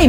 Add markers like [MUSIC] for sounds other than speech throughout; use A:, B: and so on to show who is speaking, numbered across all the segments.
A: mi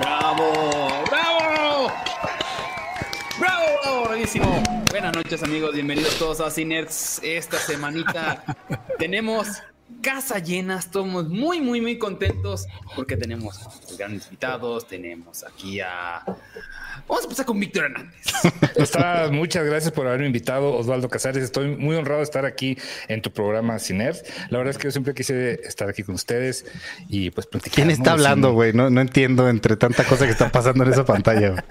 B: ¡Bravo! ¡Bravo! ¡Bravo! ¡Bravo! ¡Bravísimo! Buenas noches, amigos. Bienvenidos todos a Cinerts. Esta semanita tenemos casa llena. Estamos muy, muy, muy contentos porque tenemos a los grandes invitados. Tenemos aquí a. Vamos a empezar con Víctor Hernández.
C: Está, muchas gracias por haberme invitado, Osvaldo Casares. Estoy muy honrado de estar aquí en tu programa Ciner. La verdad es que yo siempre quise estar aquí con ustedes y pues platicar.
D: ¿Quién está hablando, güey? No, no entiendo entre tanta cosa que está pasando en esa pantalla. güey.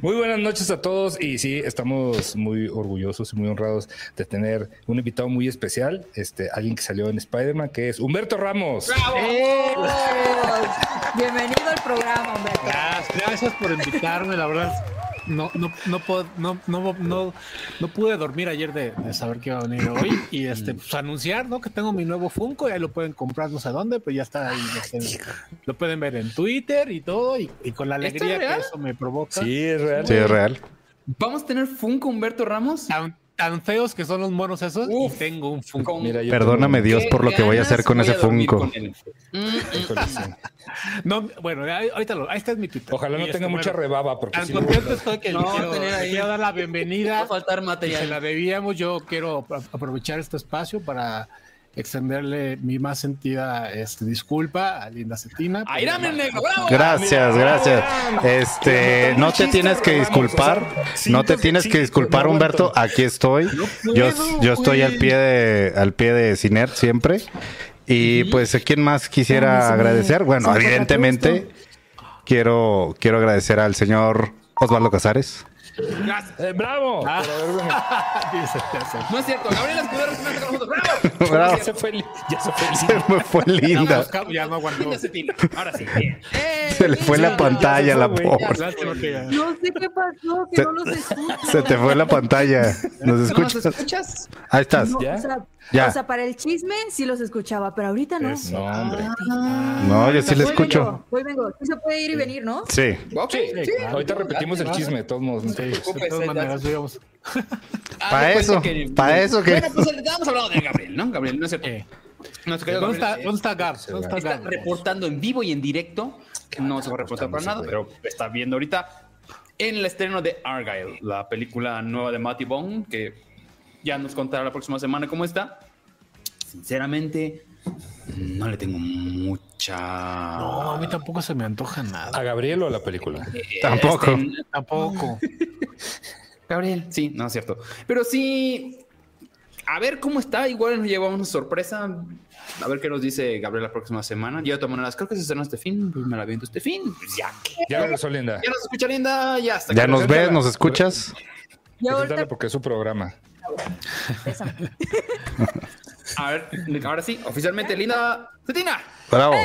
C: Muy buenas noches a todos y sí, estamos muy orgullosos y muy honrados de tener un invitado muy especial, este, alguien que salió en Spider-Man, que es Humberto Ramos.
E: Eh,
F: Bienvenido al programa, hombre.
E: Gracias, gracias por invitarme, la verdad. No, no, no, pod- no, no, no, no pude dormir ayer de, de saber que iba a venir hoy y este,
C: Mm.
E: pues, anunciar, ¿no? Que tengo mi nuevo Funko y ahí lo pueden comprar no sé dónde, pero ya está ahí. ya está en- lo pueden ver en Twitter y todo y, y con la
B: ¿Esto es
E: alegría que
B: real?
E: eso me provoca.
C: Sí, es real.
D: Sí, es real.
B: ¿Vamos a tener Funko Humberto Ramos?
E: Tan, tan feos que son los monos esos
B: Uf,
E: y tengo un Ah, Funko.
B: Con-
C: Mira, yo
D: Perdóname,
C: tengo-
D: Dios,
B: ¿Qué
D: por lo que voy a hacer
B: ganas
D: con
B: voy
D: ese
B: a dormir
D: Funko.
B: con él? Mm,
C: Híjole, sí.
E: No, bueno, ahí- ahorita lo, ahí está mi Twitter.
C: Ojalá no
E: Y
C: tenga
E: este,
C: mucha
E: bueno,
C: rebaba, porque
E: Tan
C: sí,
E: contento estoy que
B: No,
E: le quiero,
B: tener
E: le
B: ahí.
E: quiero dar la
B: [LAUGHS] va a
E: bienvenida.
B: faltar
E: que se [LAUGHS]
B: material.
E: la debíamos. Yo quiero apro- aprovechar este espacio para extenderle mi más sentida este, disculpa a Linda Cetina. por
B: ¡Ahí dame el
E: la-
B: negro! ¡Bravo!
D: Gracias, gracias. Este, no te tienes que disculpar, no te tienes que disculpar, Humberto. Aquí estoy. Yo, yo estoy al pie de, al pie de Ciner siempre. Y pues, ¿a quién más quisiera agradecer? Bueno, evidentemente, quiero, quiero agradecer al señor Osvaldo Casares.
B: Gracias.
C: Eh, ¡Bravo! Por haber venido.
E: Dice, ya sé.
B: No es cierto. Gabriel Escudero se mete con nosotros. ¡Bravo!
D: [LAUGHS] Bravo.
C: Ya se fue, li- ya se fue.
D: Se [LAUGHS] me fue linda.
E: Oscar ya no aguantó.
B: Linda Cetina. Ahora sí. bien. ¡Eh!
D: [LAUGHS] Se le fue la pantalla, la pobre.
E: Lástima que ya-
F: No sé qué pasó, que
D: Se-
F: no los escucho.
D: Se te fue la pantalla. ¿Nos
B: ¿No nos
D: escuchas?
B: escuchas?
D: Ahí estás.
F: No,
C: ¿Ya?
F: O, sea,
D: Ya.
F: o sea, para el chisme sí los escuchaba, pero ahorita no.
C: Eso. No, hombre.
D: No, yo sí le escucho.
F: Hoy vengo, sí se puede ir y venir, ¿no?
D: Sí.
B: Ok, sí, Ah,
C: Ahorita repetimos el chisme, de todos modos.
E: Sí, de
B: ya-
E: todas maneras, digamos.
B: Ah,
D: Pa'
B: de cuenta
D: eso,
B: que-
D: pa' eso que-
B: Bueno, pues estábamos hablando de Gabriel, ¿no? Gabriel, no es cierto.
E: Eh,
B: Nuestro querido
E: ¿Dónde está,
B: Gabriel, eh,
E: ¿Dónde está Gab? ¿Dónde está Ah,
B: está
E: Gab?
B: reportando en vivo y en directo. No se va a reportar para nada, pero está viendo ahorita en el estreno de Argyle, la película nueva de Matty Bone, que ya nos contará la próxima semana cómo está. Sinceramente, no le tengo mucha.
E: No, a mí tampoco se me antoja nada.
C: ¿A Gabriel o a la película?
B: Eh,
D: Tampoco.
B: este,
E: Tampoco.
B: Gabriel. Sí, no es cierto. Pero sí, a ver cómo está. Igual nos llevamos una sorpresa. A ver qué nos dice Gabriel la próxima semana. Yo de todas maneras, creo que se estrenó este fin. Pues me la viento este fin. Pues ya que.
C: Ya regresó Linda.
B: Ya nos escucha Linda. Ya está.
D: Ya nos ves, nos escuchas.
F: Y
C: Preséntala
F: ahorita
C: porque es su programa.
B: A ver, ahora sí, oficialmente Linda. Cetina.
D: Bravo.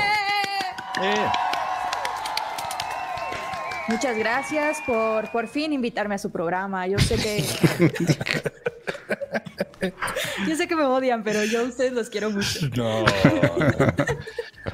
F: muchas gracias por por fin invitarme a su programa. Yo sé
D: [LAUGHS]
F: que Yo sé que me odian, pero yo a ustedes los quiero mucho.
C: No.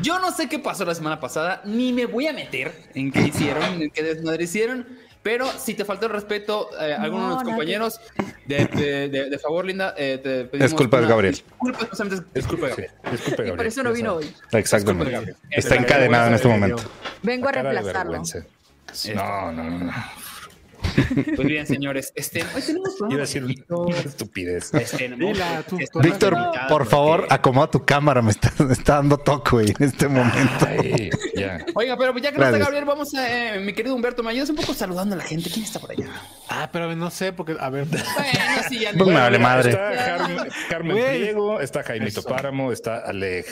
B: Yo no sé qué pasó la semana pasada, ni me voy a meter en qué hicieron, en qué desmadre hicieron, pero si te faltó el respeto eh, a alguno de
F: No,
B: los
F: nada
B: compañeros, de, de- de- de favor, Linda, eh, te pedimos.
D: Es culpa de
B: una-
D: Gabriel.
B: Disculpa, justamente es culpa de Gabriel.
C: Disculpe,
F: Y
C: Gabriel.
F: por eso no vino hoy.
D: Exactamente. Está encadenado en este momento.
F: Vengo a
C: Cara de
F: reemplazarlo.
C: vergüenza. No, no, no. no.
B: Pues bien, señores, [LAUGHS] este, hoy tenemos
C: Iba a
B: programa.
C: decir una una estupidez.
B: Este, ¿no?
E: Dila, tú,
B: Este,
E: tú.
D: Víctor,
B: invitado,
D: por favor,
B: porque-
D: acomoda tu cámara. Me está, me está dando toque, güey, en este momento.
C: Ay, ya.
B: Oiga, pero ya que no está
D: Gracias.
B: Gabriel, vamos a. eh, mi querido Humberto, ¿me ayudas un poco saludando a la gente? ¿Quién está por allá?
E: Ah, pero no sé, porque, a ver,
B: Bueno, sí, [LAUGHS] ya
D: Pues me vale madre.
C: Está Jar- Carmen
E: Güey.
C: Pliego, está Jaimito Páramo, está Ale-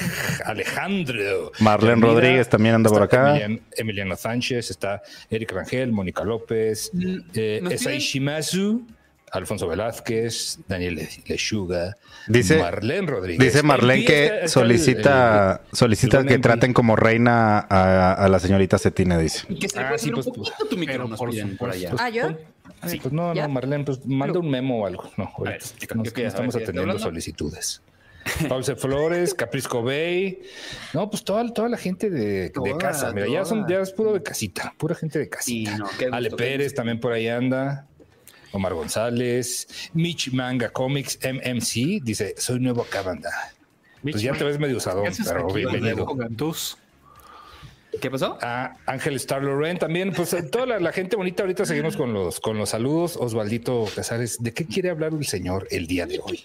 C: Alejandro.
D: Marlene
C: Mira,
D: Rodríguez también anda
C: está
D: por acá.
C: Emilian- Emiliano Sánchez, está Eric Rangel, Mónica López, eh,
B: nos
C: Esai
B: piden-
C: Shimazu. Alfonso Velázquez, Daniel Le- Lechuga,
D: Dice-
C: Marlene Rodríguez.
D: Dice Marlene
C: Ahí está- está
D: que
C: el-
D: solicita,
C: el-
D: solicita
C: el
D: que
C: buen
D: traten como reina a, a la señorita Cetina, dice.
B: Y que se le
C: Ah,
B: puede
C: sí,
B: subir
C: pues,
B: un poquito tu micro,
E: pero
B: nos
E: por
B: piden por allá.
C: supuesto.
F: Ah, yo.
C: Pues, pues no, no,
F: ¿Ya?
C: Marlene, pues manda un memo o algo. No, ahorita
B: ver, explica,
C: no-
B: ¿qué
C: no
B: quieres? A ver,
C: estamos
B: ¿qué está
C: atendiendo
B: hablando?
C: solicitudes. Pausa
F: [LAUGHS]
C: Flores, Caprisco Bay. No, pues toda, toda la gente de, de
B: Toda,
C: casa. Mira, ya, son,
B: toda.
C: ya es puro de casita, pura gente de casita.
B: Sí, no, qué gusto,
C: Ale
B: qué
C: Pérez
B: gusto.
C: también por ahí anda. Omar González, Mitch Manga Comics MMC dice: Soy nuevo acá, banda. Pues ya te ves medio usadón, pero bienvenido.
E: Con Gantús.
B: ¿Qué pasó?
C: A Ángel Star Loren también, pues a toda la, la gente bonita, ahorita seguimos con los con los saludos. Osvaldito Casares, ¿de qué quiere hablar el señor el día de hoy?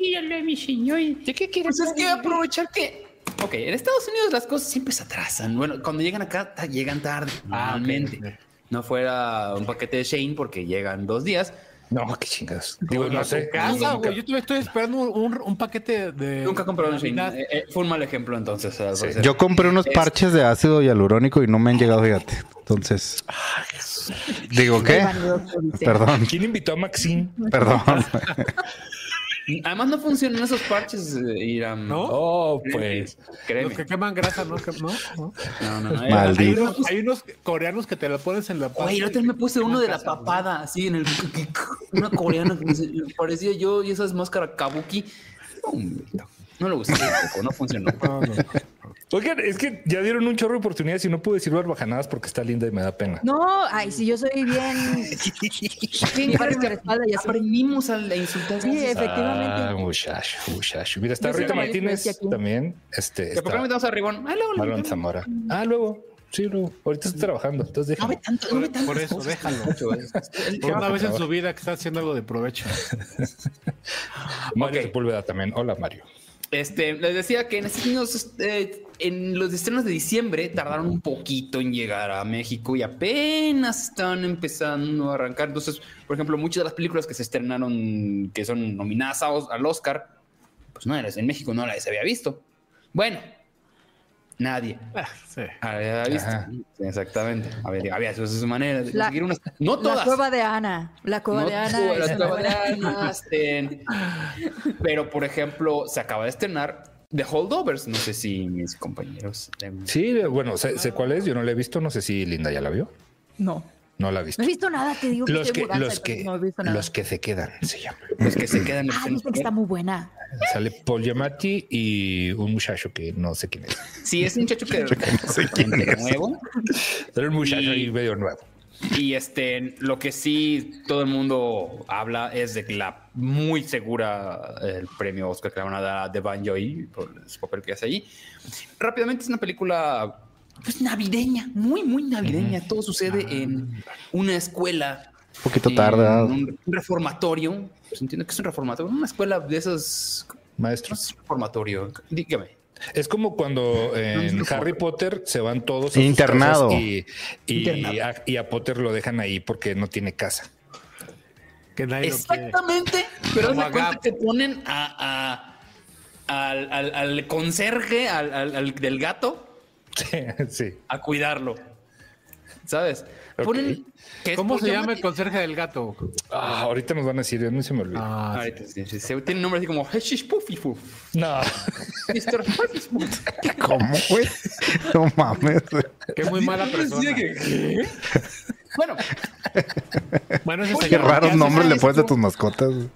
B: ¿De qué quieres? Pues es que aprovechar que. Ok, en Estados Unidos las cosas siempre se atrasan. Bueno, cuando llegan acá, ta- llegan tarde. Normalmente. No fuera un paquete de Shane porque llegan dos días.
C: No, qué chingados. Digo, no sé.
E: Casa,
C: Nunca-
E: güey. Yo todavía estoy esperando un, un- un paquete de.
B: Nunca compraron
E: de Navidad.
B: Shane. Eh, eh, fue un mal ejemplo entonces. al
C: Sí.
B: parecer.
D: Yo compré unos
B: Es-
D: parches de ácido hialurónico y no me han llegado, fíjate. Entonces. Digo, ¿qué?
C: [LAUGHS]
D: Perdón,
C: ¿Quién invitó a Maxine?
D: perdón.
B: Además, no funcionan esos parches, eh, Iram.
E: ¿No?
C: Oh, pues.
B: eh, Créeme.
E: Los que queman grasa, ¿no? Que- ¿no? ¿no?
B: No,
C: [LAUGHS]
B: no, no. eh,
D: Maldito.
E: Hay,
D: Maldita.
E: unos, hay unos coreanos que te la pones en la
B: Güey, el otro día me puse uno de la papada, así en el. Una coreana que me se- parecía yo y esa es máscara kabuki. Hombre, No lo gusté tampoco, no funcionó.
E: No, no.
C: Oigan, es que ya dieron un chorro de oportunidades y no pude decir barbajanadas porque está linda y me da pena.
F: No, ay, si yo soy bien. bien
B: parece
F: por la espalda y así.
B: Aprendimos a la insultar.
F: Sí, efectivamente.
C: Ah, muchacho, muchacho. Mira, está
F: Yo soy
C: Rita
F: la
C: Martínez
F: diferencia aquí.
C: también. Este,
B: ¿Por qué no
C: está
B: metemos a Ribón? Ah, luego lo
C: Marlon
B: metemos.
C: Zamora. Ah, luego. Sí, luego. Ahorita estoy trabajando, entonces
B: No
C: déjame.
B: ve
F: Ah,
B: tanto, no ve tanto.
E: Por eso, déjalo. Por una vez en su vida que está haciendo algo de provecho. [LAUGHS]
C: Mario
B: Ok.
C: Sepúlveda también. Hola, Mario.
B: Este, les decía que en Estados Unidos, eh, en los estrenos de diciembre tardaron un poquito en llegar a México y apenas están empezando a arrancar. Entonces, por ejemplo, muchas de las películas que se estrenaron, que son nominadas a Os- al Oscar, pues no eras en México, no las había visto. Bueno, nadie
E: Ah, sí.
B: había visto.
C: Ajá.
B: Exactamente. Había, había sus maneras de
F: La-
B: conseguir unas. No todas.
F: La cueva de Ana. La cueva
B: No
F: de Ana.
B: tuvo
F: es
B: la
F: una
B: cueva de
F: buena-
B: Ana, este, Pero, por ejemplo, se acaba de estrenar The Holdovers. No sé si mis compañeros. eh,
C: Sí, bueno, sé, sé cuál es. Yo no la he visto. No sé si Linda ya la vio.
F: No.
C: No la he visto.
F: No he visto nada, te digo
C: Los
F: estoy
C: que,
F: en mudanza,
C: los que,
F: entonces no he visto nada.
C: los que se quedan, se llama.
B: Los que se quedan.
F: Ah, dicen que está muy buena.
C: Sale Paul Giamatti y un muchacho que no sé quién es.
B: Sí, es un muchacho que de nuevo.
C: Pero un muchacho
B: Y-
C: ahí medio nuevo.
B: Y este, lo que sí todo el mundo habla es de que la muy segura el premio Oscar que le van a dar a Devan Joy por su papel que hace ahí. Rápidamente es una película pues, navideña, muy, muy navideña. Todo sucede en una escuela.
D: Ah. Un poquito tarde, ¿verdad?
B: En un reformatorio. Pues, entiendo que es un reformatorio. Una escuela de esas. No
C: Maestro.
B: es reformatorio. Dígame.
C: Es como cuando en Harry Potter se van todos a sus
D: Internado.
C: casas Y, y-
B: Internado.
C: A, y a Potter lo dejan ahí porque no tiene casa. [LAUGHS]
E: Que nadie lo quiere.
B: Exactamente, pero es
E: Como
B: la cuenta
E: Agap.
B: que ponen a, a- al, al- al conserje, al, al- al del gato,
C: sí.
B: a cuidarlo. ¿Sabes?
C: Ok.
B: Ponen. que es pues
E: ¿Cómo
B: Paul
E: se llama el
B: Giamatti.
E: conserje del gato?
C: Ah, ahorita nos van a decir, a mí se me olvidó.
E: Ah,
B: Ahorita, sí, sí, sí, Tiene nombre así como Heshish Puffy Puff.
C: No.
B: Mr. Puffy Puff.
D: ¿Cómo, güey? No mames. güey.
E: Qué muy mala persona.
B: Bueno,
E: Bueno, ese
D: Qué
E: señor, ¿qué
D: raros
E: haces
D: nombres le
E: ahí?
D: pones a tus mascotas. güey.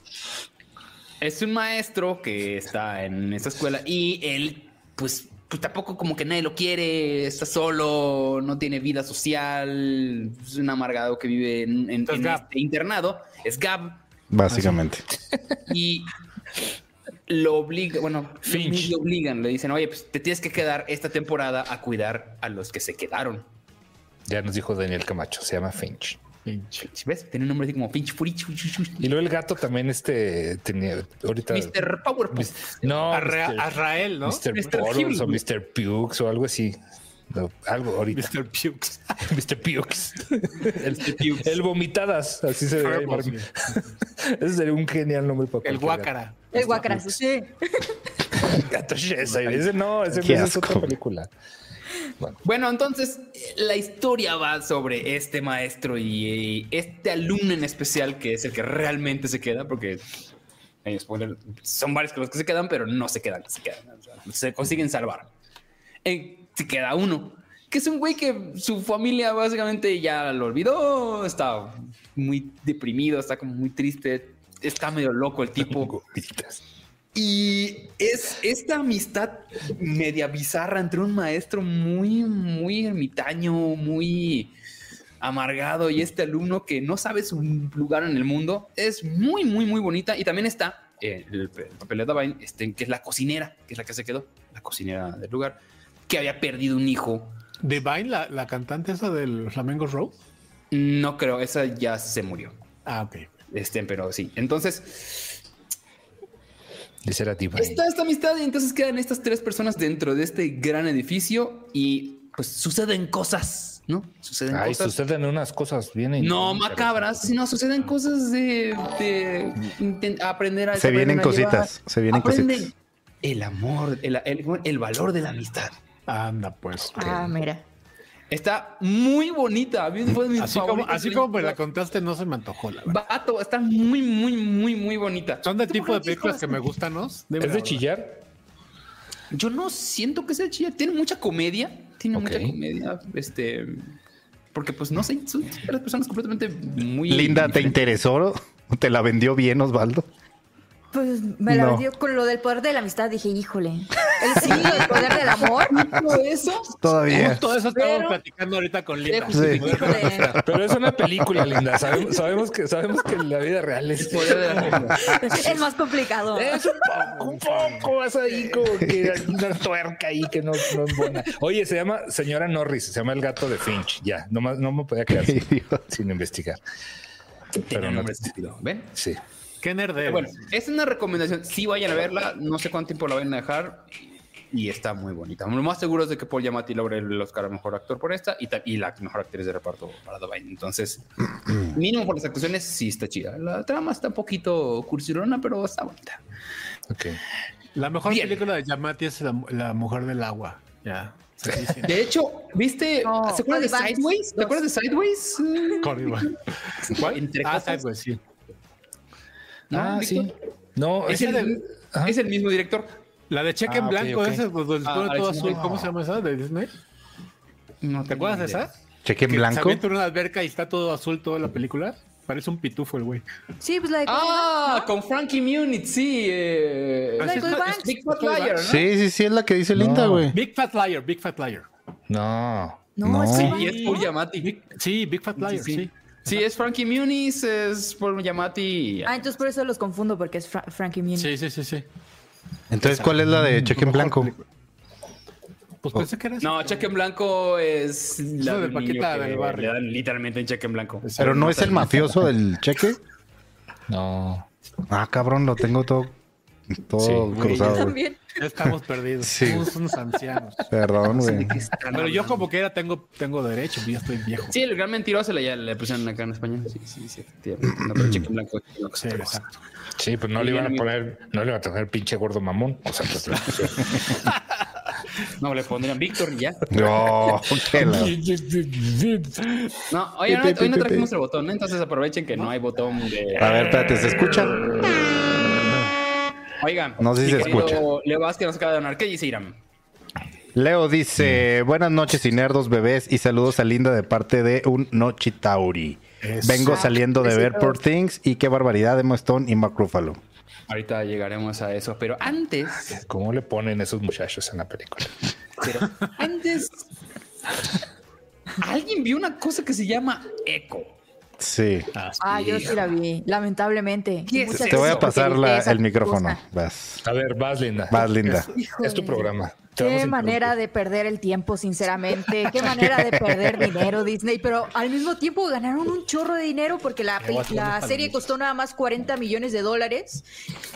B: es un maestro que está en esta escuela y él, pues, pues tampoco como que nadie lo quiere, está solo, no tiene vida social, es un amargado que vive en, en-
E: Entonces,
B: en
E: Gab.
B: este internado, es Gab,
D: Básicamente.
B: y lo obliga, bueno,
C: Finch.
B: lo obligan, le dicen, oye, pues te tienes que quedar esta temporada a cuidar a los que se quedaron.
C: Ya nos dijo Daniel Camacho, se llama Finch.
E: Pinche.
B: Finch, ¿Ves? Tiene un nombre así como Finch Furich.
C: Y luego el gato también este tenía ahorita
B: Mr. Powerpuff.
C: [LAUGHS] no
E: Arra-
C: Mr.
E: Azrael, ¿no?
C: Mr.
B: Mr.
C: Pottles o
B: Hugh.
C: Mr. Pukes o algo así. No, algo ahorita.
E: Mr. Pukes.
C: [LAUGHS] Mr. Pukes.
B: Mr. Pukes.
C: El vomitadas, así se debe llamar.
E: Horrible.
C: [LAUGHS] Ese sería un genial nombre para cualquier
E: El guácara.
F: El guacarazo, sí.
C: [LAUGHS] gato. Gato Shazam. Ese no, ese,
D: Qué
C: esa es otra
D: asco.
C: película. Bueno.
B: Bueno, entonces eh, la historia va sobre este maestro y, eh, este alumno en especial que es el que realmente se queda, porque eh, spoiler, son varios que los que se quedan, pero no se quedan, se quedan, o sea, se consiguen salvar. Eh, se queda uno, que es un güey que su familia básicamente ya lo olvidó, está muy deprimido, está como muy triste, está medio loco el tipo. Y es esta amistad media bizarra entre un maestro muy, muy ermitaño, muy amargado y este alumno que no sabe su lugar en el mundo es muy, muy, muy bonita. Y también está eh, el, pe- el papel de Davain, este, que es la cocinera, que es la que se quedó, la cocinera del lugar, que había perdido un hijo.
E: Divine, la, la cantante esa del Flamengo Road.
B: No creo, esa ya se murió.
E: Ah, ok.
B: Este, pero sí. Entonces,
C: Dice la tipa.
B: está esta amistad y entonces quedan estas tres personas dentro de este gran edificio y pues suceden cosas, ¿no? Suceden
C: Ay,
B: cosas.
C: suceden unas cosas bien.
B: No
C: interesantes.
B: macabras, sino suceden cosas de, de inten- aprender a
D: Se
B: aprenden
D: vienen
B: a llevar-
D: cositas, se vienen
B: aprenden
D: cositas.
B: El amor, el, el- el valor de la amistad.
E: Anda, pues.
F: Ah, mira.
B: Está muy bonita. a mí fue de mis
E: Así como,
B: favoritas
E: así
B: de-
E: como me la contaste, no se me antojó, la verdad.
B: Vato, está muy, muy, muy, muy bonita.
E: Son del
B: ¿Tú
E: tipo
B: por qué
E: de
B: no
E: películas que
B: dices?
E: me gustan, ¿no? Dime
C: ¿Es
E: la
C: de
E: verdad.
C: chillar?
B: Yo no siento que sea chida. Tiene mucha comedia. Tiene
C: Ok.
B: mucha comedia. Este. Porque, pues, no sé, son tres personas completamente muy.
D: Linda, ¿te
B: diferentes.
D: interesó? ¿Te la vendió bien, Osvaldo?
F: Pues me la
D: No.
F: vendió con lo del poder de la amistad. Dije, híjole. El signo del poder del amor.
B: Todo eso.
D: Todavía.
E: Justo eso estábamos
F: Pero-
E: platicando ahorita con Linda.
B: Sí.
D: Sí.
F: Híjole.
C: Pero es una película, Linda. Sabemos, sabemos que, sabemos que en la vida real es
B: Poder de la amistad.
F: Es más complicado.
C: Es un poco, un poco, vas ahí como que hay una tuerca ahí que no, no es buena. Oye, se llama señora Norris, se llama el gato de Finch. Ya, no, más- no me podía quedar sin, sin investigar.
B: Tiene
C: Pero
B: un
C: no,
B: nombre estúpido. ¿Ven?
C: sí.
E: Qué nerd eres.
B: Bueno, es una recomendación. Sí, vayan a verla. No sé cuánto tiempo la vayan a dejar. Y está muy bonita. Lo más seguro es de que Paul Yamati logra el Oscar a mejor actor por esta y, ta- y la mejor actriz de reparto para Davain. Entonces, mínimo por las actuaciones, sí está chida. La trama está un poquito cursilona, pero está bonita.
C: Ok.
E: la mejor
B: bien.
E: película de Yamati es la, la Mujer del Agua. Ya. se dice. [LAUGHS]
B: De hecho, ¿viste? Ah,
F: No,
B: ¿Se acuerdas de
F: Olivant,
B: Sideways? ¿Te
F: dos.
B: acuerdas de Sideways?
E: Cordy, bueno.
B: [LAUGHS] ¿Cuál? Entre
E: Ah,
B: cosas,
E: Sideways, sí.
B: ¿no,
C: Ah,
B: Víctor?
C: sí. No,
B: Es
C: ese
B: el,
C: del-
E: ah?
C: Ajá.
B: es el mismo director.
E: La de Cheque
C: Ah,
E: en
C: ok,
E: Blanco,
C: ok.
E: ese, pues, donde
B: Ah,
E: pone todo
B: Alex,
E: azul.
B: no.
E: ¿Cómo se llama esa de Disney?
B: No
E: ¿Te acuerdas de esa?
D: Cheque en
E: Que Se
D: blanco.
E: avienta en una alberca y está todo azul toda la película. Parece un pitufo el güey.
F: Sí, pues la de
B: Ah, con Frankie Munich, sí. eh,
E: Así
F: Michael
E: es-
F: Banks.
E: es
B: Big Fat Liar, ¿no?
D: Sí, sí, sí, es la que dice
C: No.
D: Linda, güey.
E: Big Fat Liar, Big Fat Liar.
C: No.
F: No,
D: No.
F: es que
D: Sí,
F: va-
B: Y es Paul Yamati.
E: Sí, Big Fat Liar, sí.
B: Sí, es Frankie Muniz, es Paul Yamati.
F: Ah, entonces por eso los confundo porque es Fra- Frankie Muniz.
E: Sí, sí, sí, sí.
D: Entonces, ¿cuál es la de Cheque en blanco? Oh.
E: Pues pensé que era esa.
B: No, Cheque en Blanco es
E: la
B: un
E: de
B: niño
E: Paquita
B: que
E: del barrio.
B: Le dan literalmente en Cheque en Blanco.
D: Pero no es el mafioso del Cheque.
C: No.
D: Ah, cabrón, lo tengo todo, todo
C: Sí.
D: cruzado. güey.
F: [LAUGHS] También.
E: Ya estamos perdidos.
D: Sí.
E: Somos unos ancianos.
D: Perdón, güey.
E: Pero yo como que era tengo, tengo derecho, yo estoy viejo.
B: Sí, el gran mentiroso le, ya le pusieron acá en español. Sí, sí, sí. efectivamente. No, pero Cheque en Blanco es una cosa
E: Sí,
B: otra cosa.
E: exacto.
C: Sí, pues no le iban a poner, no le iban a poner pinche gordo mamón. O sea, pues,
F: [LAUGHS]
B: No, le pondrían Víctor y ya.
D: No, [LAUGHS] qué la-
B: No, hoy no, hoy no trajimos el botón, ¿eh? entonces aprovechen que no hay botón de...
D: A
E: Ah,
D: ver, espérate, ¿se escucha?
B: Oigan,
D: No sé si
B: mi
D: se
B: querido
D: escucha.
B: Leo Vázquez nos acaba de donar. ¿Qué dice Iram?
D: Leo
C: Mm.
D: dice, buenas noches, Inerdos bebés, y saludos a Linda de parte de un Nochitauri.
F: Ah,
D: Vengo saliendo de ver Poor Things y qué barbaridad de Stone y Macrúfalo.
B: Ahorita llegaremos a eso, pero antes,
C: ¿Cómo le ponen esos muchachos en la película?
B: pero
E: [LAUGHS]
B: antes, alguien vio una cosa que se llama eco.
D: Sí.
F: Ah, yo sí la vi, lamentablemente.
B: ¿Qué es
F: Muchas
B: eso?
D: Te voy a
F: gracias por
D: pasar la-
F: tristeza,
D: el micrófono.
F: cosa.
D: Vas.
C: A ver, vas, Linda.
D: Vas, Linda.
F: Híjole.
C: Es tu programa. Te vamos
F: Qué
C: a
F: manera de perder el tiempo, sinceramente. Qué manera de perder dinero, Disney. Pero al mismo tiempo ganaron un chorro de dinero porque la, peli- la serie costó nada más 40 millones de dólares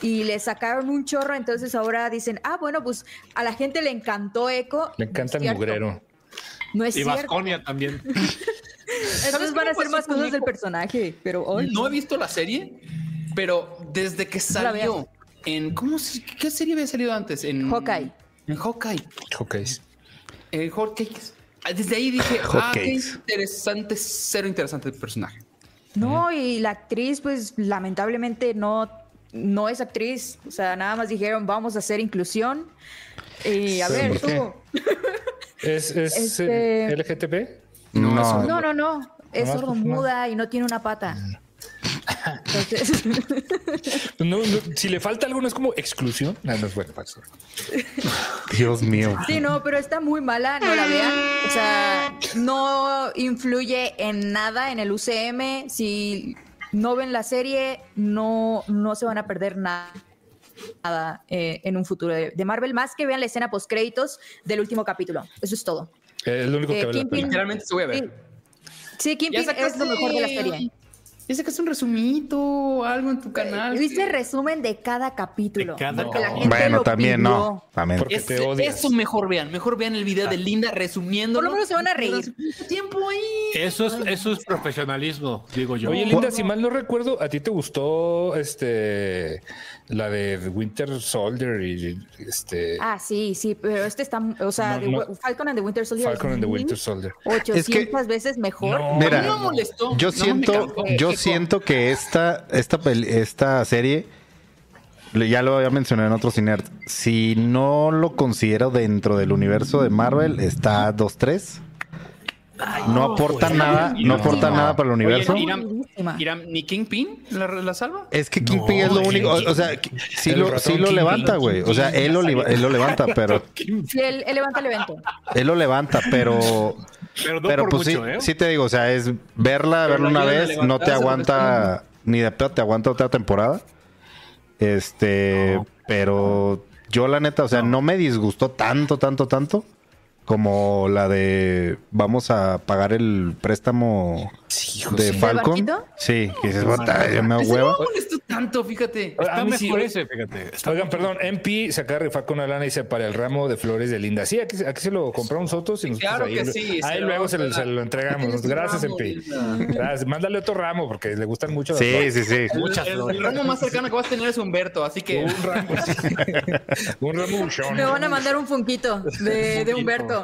F: y le sacaron un chorro. Entonces ahora dicen, ah, bueno, pues a la gente le encantó Echo.
C: Le encanta
F: No es
C: el
F: cierto.
C: mugrero.
F: No es
E: Y
F: cierto.
E: Vasconia también.
B: ¿Sabes
F: Entonces van a
B: cómo
F: hacer
B: pasó
F: más
B: con
F: cosas del
B: Echo?
F: personaje, pero hoy.
B: No he visto la serie, pero desde que
F: la
B: salió
F: veas.
B: en... ¿cómo, se- ¿Qué serie había salido antes? En
F: Hawkeye.
B: En Hawkeye.
C: Ok.
B: En Hawkeye. Desde ahí dije, ah, qué
D: Hotcakes.
B: interesante, cero interesante el personaje.
F: No, y la actriz, pues lamentablemente no, no es actriz. O sea, nada más dijeron, vamos a hacer inclusión. Y a
C: Sí,
F: ver,
C: ¿por qué?
F: tú.
C: ¿Es, es
F: Este-
C: eh, LGTB?
D: No,
F: No, no, no. Es
C: Nomás por
F: sordomuda y no tiene una pata.
D: Mm.
F: Entonces,
C: No, no, si le falta algo, no es como exclusión. No, no es bueno. pues.
D: Dios mío.
F: sí, no, pero está muy mala, no la vean. O sea, no influye en nada en el UCM. Si no ven la serie, no, no se van a perder nada. nada, eh, en un futuro de, de Marvel, más que vean la escena post créditos del últiimo capítulo. Eso es todo.
C: Es lo único
F: Eh,
C: que vale la
F: Kingpin-
C: pena.
B: Literalmente se voy a ver.
F: Sí, sí Kingpin es lo mejor de la serie.
B: Ya sacaste un resumito o algo en tu canal.
F: Eh, Viste
B: que-
F: el resumen de cada capítulo.
E: De cada
F: porque la
E: capítulo.
F: gente
D: Bueno,
F: lo
D: también
F: pidió.
D: no. También.
C: Porque
B: Es-
C: te odias.
B: Eso mejor vean, mejor vean el video de Linda resumiendo.
F: Por lo menos se van a reír.
B: Tiempo ahí.
E: Eso es, eso es profesionalismo, digo yo.
C: Oye, Linda, si mal no recuerdo, ¿a ti te gustó este la de Winter Soldier y este
F: Ah, sí, sí, pero este está, o sea,
C: No,
F: de-
C: no.
F: Falcon and the Winter Soldier.
C: Falcon and the Winter
F: Soldier.
C: Soldier?
F: 800
D: Es que-
F: veces mejor.
C: No.
D: Mira,
B: A mí no me molestó, no
D: yo
B: me
D: siento,
B: cansó.
D: yo
B: Qué
D: siento que esta, esta, pel- esta serie, le- ya lo había mencionado en otro cine, si no lo considero dentro del universo de Marvel, está 2-3. No aporta
B: pues,
D: nada, no aporta
F: buenísima.
D: nada para el
B: Oye,
D: universo.
B: Iram,
F: Buenísima.
B: Iram, ¿ni Kingpin la, la salva?
D: Es que Kingpin es lo único, o, o sea, que- sí
C: El
D: lo,
C: ratón
D: sí lo
C: Kingpin,
D: levanta,
C: el
D: güey. O sea,
C: Kingpin,
D: él lo,
C: ya
D: li- él lo levanta, pero
F: Sí, él, él levanta el evento.
D: él lo levanta, pero
E: pero no
D: Pero
E: por
D: pues sí,
E: mucho, ¿eh?
D: sí te digo, o sea, es verla, verla
B: la
D: una
B: ayudan a
D: vez, no te
B: levantarse,
D: aguanta, ni de pedo te aguanta otra temporada. Este, pero yo la neta, o sea, no me disgustó tanto, tanto, tanto como la de vamos a pagar el préstamo de Falcon.
F: barquito?
D: sí, que dices, "Bota, ya me da
B: Ese
D: hueva.
B: No me molestó tanto, fíjate.
C: Oye,
E: Está
C: a mí sí,
E: mejor
C: oye,
E: ese, fíjate. Está
C: Oigan, perdón, MP se acaba de rifar con una lana y dice para el ramo de flores de Linda. Sí, aquí, aquí se lo compramos nosotros y nosotros
B: Claro
C: ahí,
B: que
C: lo-
B: sí, se
C: ahí
B: lo
C: luego
B: vamos
C: se
B: a
C: lo,
B: dar.
C: se lo entregamos.
B: Tienes Este un
C: Gracias,
B: ramo,
C: MP.
B: Linda.
C: Gracias. Mándale otro ramo porque le gustan mucho las
D: Sí,
C: flores.
D: sí, sí.
E: Muchas
B: el,
E: flores.
B: el ramo más cercano que vas a tener es Humberto, así que.
C: Un
B: [LAUGHS]
C: ramo, sí. un ramo buchón.
F: Me van a mandar un funquito de, de Humberto.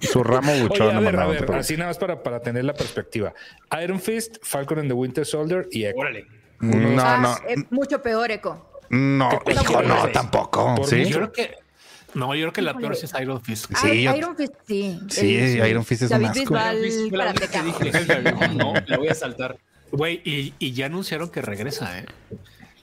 D: Su ramo buchón.
C: Oye, a
D: no
C: ver, a
D: mandaron,
C: ver,
D: pero-
C: así nada más para, para tener la perspectiva. Iron Fist, Falcon and the Winter Soldier y Echo.
B: Órale.
D: no,
F: Ah,
D: no,
F: es mucho peor, Eco.
D: no,
C: ¿Qué
D: hijo,
C: cosa
D: no,
C: es?
D: tampoco.
C: Por
D: Sí,
E: Yo creo que. No, yo creo que la peor sí es Iron Fist.
D: Sí,
F: Iron-
D: yo-
F: Iron Fist, sí.
D: sí,
F: El-
D: Iron Fist es un
F: David
D: asco.
F: Bisbal,
B: Fue la única
F: karateca.
B: que dije, no, no, la voy a saltar.
E: Güey, y, y ya anunciaron que regresa, ¿eh?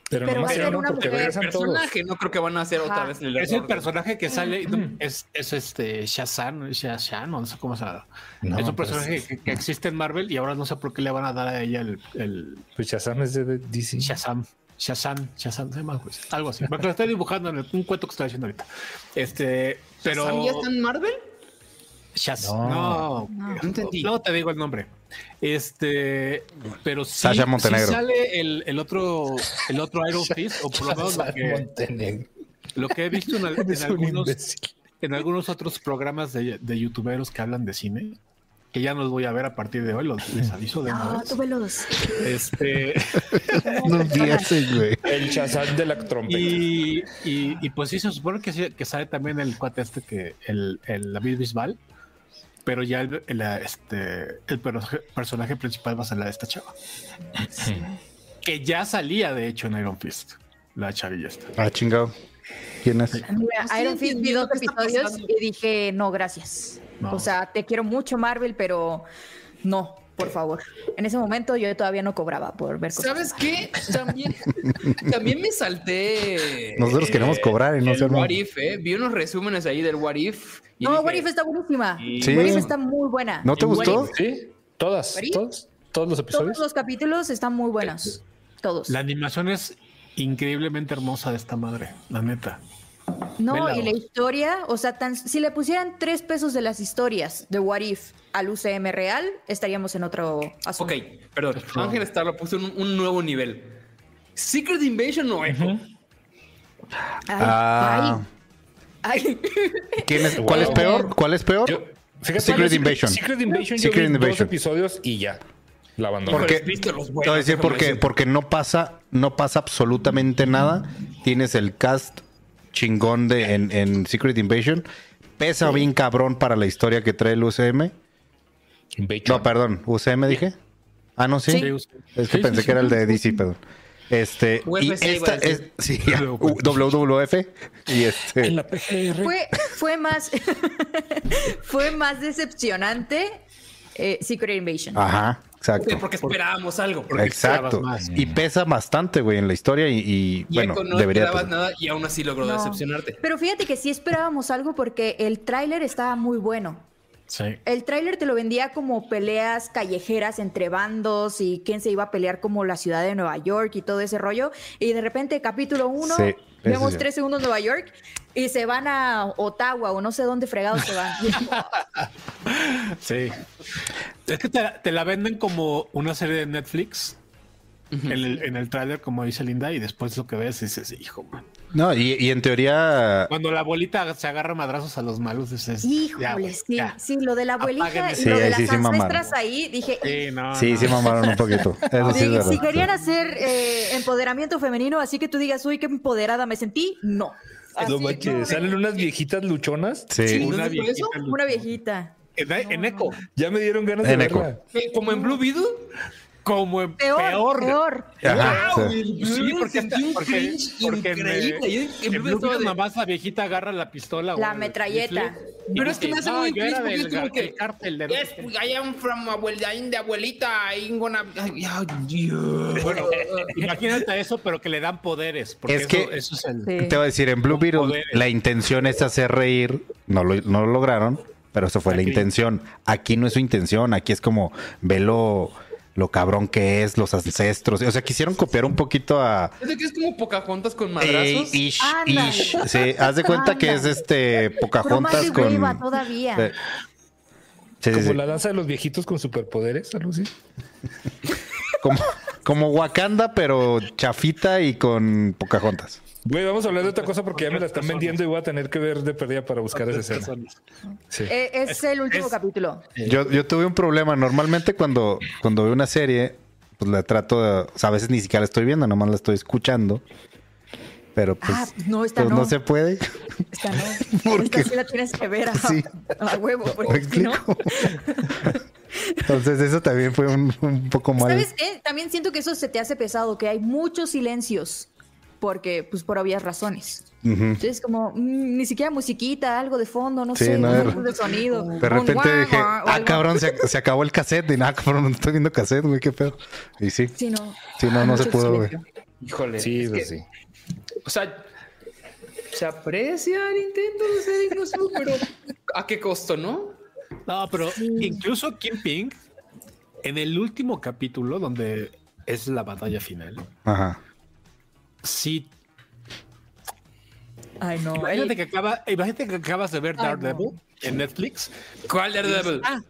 C: pero,
F: Pero
C: no
F: va a ser
C: menciono
F: una
C: porque
F: mujer.
C: regresan todos.
B: [LAUGHS] Personaje, no creo que van a hacer otra
F: Ajá.
B: vez el
E: Es el
B: error.
E: personaje que sale. no, Es, es este Shazam, Shazam, no sé cómo se llama.
C: No,
E: es
C: pues-
E: un personaje que, que existe en Marvel y ahora no sé por qué le van a dar a ella el, el
C: Pues Shazam es de DC.
E: Shazam. Shazam, Shazam, se llama, güey, algo así. Me lo estoy dibujando en el- un cuento que estoy haciendo ahorita. Este, pero.
B: ¿Sam ya está en Marvel?
E: Shaz-
C: No.
E: No,
F: No.
E: no,
B: entendí.
E: te digo el nombre. Este, pero sí,
D: Sasha
E: sí
D: Montenegro.
E: sale el, el otro, el otro
C: [LAUGHS]
E: Iron Fist, o por lo menos lo
C: Shazam
E: que,
C: Montenegro.
E: lo que he visto en, al-
C: [LAUGHS]
E: en
C: Es un
E: algunos,
C: imbécil.
E: en algunos otros programas de, de youtuberos que hablan de cine, que ya no los voy a ver a partir de hoy, los, les aviso de una
F: Ah,
E: vez.
F: tú velos.
E: Este,
D: No empieces, güey.
C: El Shazam de la trompeta.
E: y, y- y pues sí, se supone que, sí- que sale también el cuate este que el, el David Bisbal, pero ya el, el, este, el per- personaje principal va a ser la de esta chava. Que ya salía, de hecho, en Iron Fist, la chavilla esta.
D: Ah, chingado. ¿Quién es?
F: Mira,
B: No estoy
F: Iron Fist vi
B: entendiendo
F: dos
B: qué está
F: episodios
B: pasando.
F: y dije, no, gracias.
E: No.
F: O sea, te quiero mucho, Marvel, pero no, por favor. En ese momento yo todavía no cobraba por ver cosas.
B: ¿Sabes qué? También, [LAUGHS] también me salté. eh,
D: Nosotros queremos cobrar y no
B: el
D: se arma.
B: What If, ¿eh? Vi unos resúmenes ahí del What If. y
F: No,
B: dije,
F: What If está buenísima.
D: Sí.
F: What If está muy buena.
D: ¿No te
F: What
D: gustó?
F: If,
C: ¿Sí? ¿Todas?
F: ¿Ori?
C: ¿Todos? ¿Todos los episodios?
F: Todos los capítulos están muy buenos. Todos.
E: La animación es increíblemente hermosa de esta madre, la neta.
F: No,
E: Vela,
F: y la
E: vos.
F: historia, o sea, tan, si le pusieran tres pesos de las historias de What If al UCM real, estaríamos en otro asunto.
B: Ok, perdón. Ángel Star lo puso en un, un nuevo nivel. Secret Invasion eh, o Echo.
F: Ay,
D: Ah.
F: ay, ay.
D: ¿Quién es? ¿Cuál es peor? ¿Cuál es peor?
C: Yo- fíjate,
D: Secret
C: yo Secret-
D: Invasion.
C: Secret Invasion. yo
D: Secret
C: vi
D: Invasion.
C: Dos episodios y ya. La abandoné.
D: Porque
B: Pero viste los buenos,
D: te voy a
B: [LAUGHS]
D: decir
B: déjame
D: porque
B: decirte.
D: porque no pasa no pasa absolutamente nada. Tienes el cast chingón de en, en Secret Invasion, pesa bien cabrón para la historia que trae el UCM. No, perdón, UCM dije. Ah, no, sí.
E: Sí.
D: Es que pensé que era el de DC, perdón. Este, y
B: UFC iba
D: esta
B: a
D: es,
B: decir.
D: sí, WWF. Y este,
F: Fue, fue más [LAUGHS] fue más decepcionante eh, Secret Invasion.
D: ajá,
B: Sí,
D: exacto.
B: porque esperábamos algo. Porque
D: Exacto.
E: esperabas más.
D: Y pesa bastante, güey, en la historia. Y, y,
B: y
D: bueno,
B: Echo no
D: debería.
B: esperabas
D: pesar.
B: nada y aún así logró
F: No.
B: decepcionarte.
F: Pero fíjate que sí esperábamos algo porque el tráiler estaba muy bueno.
E: Sí.
F: El tráiler te lo vendía como peleas callejeras entre bandos y quién se iba a pelear como la ciudad de Nueva York y todo ese rollo. Y de repente, capítulo 1,
D: Sí, eso
F: vemos
D: sí.
F: tres segundos Nueva York y se van a Ottawa o no sé dónde fregados se van.
D: [LAUGHS]
E: Sí. Es que te, te la venden como una serie de Netflix en el, en el tráiler, como dice Linda, y después lo que ves dices, hijo, man.
D: No, y, y en teoría.
E: Cuando la abuelita se agarra a madrazos a los malos, dices, ya, güey,
F: Híjole, sí,
E: ya.
F: sí, lo de la abuelita
E: Apaguen
F: y
E: eso.
F: lo
D: Sí,
F: de
D: ahí
F: las
D: sí se mamaron.
F: ancestras ahí, dije,
E: Sí, no,
D: Sí,
E: no.
D: sí, mamaron un poquito. Eso sí, es
F: Sí,
D: verdad.
F: si querían hacer eh, empoderamiento femenino, así que tú digas, uy, qué empoderada me sentí, no. Así,
C: Ah, No
F: no,
C: manches, salen unas viejitas luchonas.
D: Sí.
B: ¿Entonces
E: Una
B: por
E: viejita.
B: eso?
E: luchona.
F: Una viejita.
E: En, en eco.
C: Ya me dieron ganas de
D: En eco.
C: verla.
B: Eh, Como en Blue Beetle.
E: Como en
F: Peor, peor.
D: Ajá,
B: Wow,
D: sí.
B: el
E: Sí,
B: Blue
E: porque,
B: sentí un
E: porque-
B: cringe
E: porque en,
B: increíble.
E: eh,
B: Yo en
E: en
B: Blue
E: Blue
B: Beetle
E: Beetle
B: estaba de-
E: nomás la viejita agarra la pistola. o
F: La
E: el
F: metralleta.
E: rifle, y
B: Pero es que
E: dice,
B: me hace
E: "No,
B: muy
E: yo
B: cringe
E: era
B: porque
E: del
B: es como
E: gar-
B: que.
E: del cártel de-
B: Yes, I am from abuelita, de abuelita. I'm gonna. Ay, ay, Dios.
E: Bueno, imagínate eso, pero que le dan poderes. Porque
D: Es
E: eso,
D: que-
E: eso es el...
D: Te voy a decir, en Blue
E: Con
D: Beetle
E: poderes.
D: la intención es hacer reír, no lo, no lo lograron, pero eso fue la
E: Aquí.
D: intención. Aquí no es su intención, aquí es como ve lo, lo cabrón que es, los ancestros. O sea, quisieron copiar un poquito a...
B: Es de que es como Pocahontas con
D: Eh,
B: madrazos.
D: ish,
F: Ándale.
D: ish. Sí, haz de cuenta que es
F: Ándale.
D: este
F: Pero más
D: Pocahontas
F: de
D: con...
F: hueva todavía.
D: Sí. Sí, sí,
C: Como
D: sí.
C: la danza de los viejitos con superpoderes, algo así.
D: Como, como Wakanda, pero chafita y con Pocahontas.
C: Güey, vamos a hablar de otra cosa porque ya me la están vendiendo y voy a tener que ver de perdida para buscar esa escena. Sí.
F: Eh, es, el último
E: es-
F: capítulo.
D: Yo, yo tuve un problema. Normalmente cuando, cuando veo una serie, pues la trato de... o sea, a veces ni siquiera la estoy viendo, nomás la estoy escuchando. Pero pues,
F: Ah, no, esta
D: pues, no
F: no.
D: se puede.
F: Esta no.
D: [LAUGHS] ¿Por
F: Esta
D: qué?
F: sí la tienes que ver a,
D: Sí.
F: [LAUGHS] a huevo.
D: ¿Me
F: Porque si no.
D: explico? [LAUGHS] Entonces eso también fue un, un poco mal.
F: ¿Sabes qué? También siento que eso se te hace pesado, que hay muchos silencios. Porque, pues, por obvias razones.
D: Ujú.
F: Entonces, como, mm, ni siquiera musiquita, algo de fondo, no
D: Sí,
F: sé,
D: no,
F: un
D: de-
F: efecto de sonido.
D: De
F: un
D: repente
F: guau,
D: dije,
F: guau, o
D: ah,
F: algo".
D: cabrón, se, se acabó el cassette. Y nada, [LAUGHS] cabrón, no estoy viendo cassette, güey, qué pedo. Y sí,
F: Sí, no.
D: sí, no, no se
F: Ah, Mucho
D: pudo, güey.
F: silencio.
B: Híjole.
C: Sí,
B: es
C: pues
B: que-
C: sí.
B: O sea, se aprecia el intento de ser inclusivo, pero ¿a qué costo, no?
E: No, pero incluso Kim Ping, en el último capítulo, donde es la batalla final,
D: Ajá.
E: sí.
F: Ay, no.
E: Imagínate que, acaba, imagínate que acabas de ver
F: Ay, no.
E: Daredevil en Netflix.
B: ¿Cuál Daredevil?
E: Ah,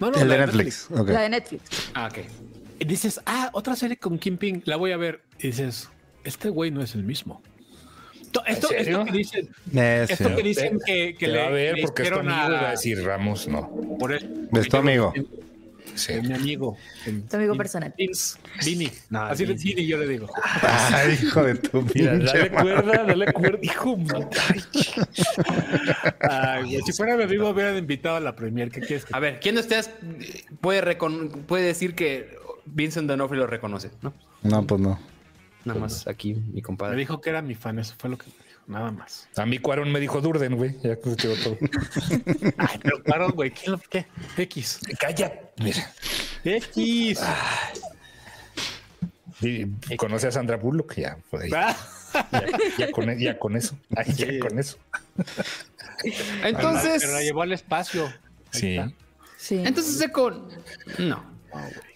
E: no, no,
D: El
E: la
D: de Netflix. ok.
F: La de Netflix.
B: Ah, ok.
E: Y dices, ah, otra serie con Kim Ping, la voy a ver. Y dices, este güey no es el mismo. To- Esto,
C: ¿En serio?
E: esto que dicen,
D: Eh, sí. [LAUGHS]
E: esto que dicen que, que
C: Te va
E: le,
C: a ver
E: le
C: porque es tu
E: hicieron
C: amigo y va a
E: a-
C: decir Ramos, no.
E: por él.
D: Es tu amigo.
C: Sí.
E: Es mi amigo.
F: Tu amigo personal.
E: Vince, Vini. Así de Vini yo le digo.
D: Ay, hijo de tu
C: Mira,
D: pinche
C: dale
D: madre.
C: cuerda, dale cuerda. Hijo, ay,
E: Ay, güey, si fuera mi amigo, me hubieran invitado a la premier. ¿Qué quieres?
C: Ah,
E: que-
B: A ver, ¿quién de ustedes puede, recon- puede decir que Vincent D'Onofrio lo reconoce? ¿no?
D: No, pues no.
B: Nada más aquí, mi
E: Me
B: compadre.
E: dijo que era mi fan, eso fue lo que me dijo, nada más.
C: A mí Cuarón me dijo Durden, güey. Ya se quedó
E: [LAUGHS]
C: todo.
E: Ay, pero claro, güey, ¿qué? lo- qué? X.
C: Calla. Mira.
E: X.
C: Ah. Y conoce a Sandra Bullock, ya por ahí.
E: Ah,
C: Ya
E: [LAUGHS]
C: con, e, ya con eso. Ay, ya con eso.
B: Entonces,
E: Pero la llevó al espacio. Ahí
C: Sí.
E: está.
F: Sí.
B: entonces Echo, no.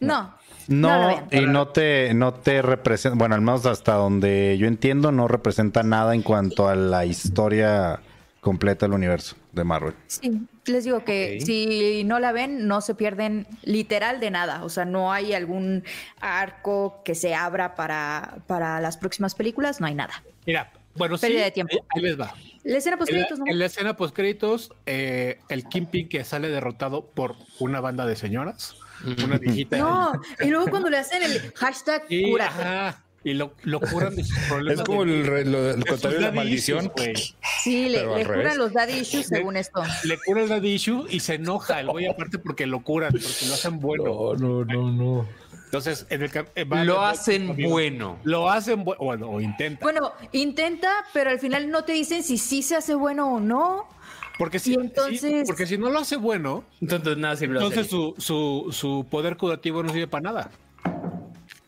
F: no. No la
D: No,
F: vean.
D: y no te, no te representa, bueno, al menos hasta donde yo entiendo, no representa nada en cuanto a la historia completa del universo de Marvel.
F: Sí. Les digo que
B: Ok.
F: si no la ven, no se pierden literal de nada. O sea, no hay algún arco que se abra para, para las próximas películas. No hay nada.
E: Mira, bueno, sí.
F: Pérdida de tiempo.
E: ahí- Ahí les va.
F: La escena post
E: En la,
F: créditos, ¿no?
E: en la escena post créditos, el Kingpin que sale derrotado por una banda
C: Mm.
E: de señoras, una viejita.
F: No, y luego cuando le hacen el hashtag
E: Sí,
F: cúrate.
E: ajá. y lo, lo curan de sus problemas.
C: Es como
E: de-
C: el, re- lo- el
E: de sus
C: contrario de la
E: daddy issues,
C: maldición.
E: güey.
F: Sí, le,
C: Pero al
F: le
C: revés.
F: curan los daddy issues según esto.
E: Le cura el daddy issue y se enoja el güey aparte porque lo curan, porque lo hacen bueno.
C: no, no, no.
E: Entonces, en el cam- eh, va-
G: Lo
B: pues,
E: va-
G: hacen bueno.
E: Lo hacen bueno, bueno, o intenta.
F: Bueno, intenta, pero al final no te dicen si sí se hace bueno o no.
E: Porque si,
F: y
E: sí,
F: entonces-
E: porque si no lo hace bueno,
B: Entonces nada sirve la
E: entonces
B: serie.
E: su, su, su poder curativo no sirve para nada.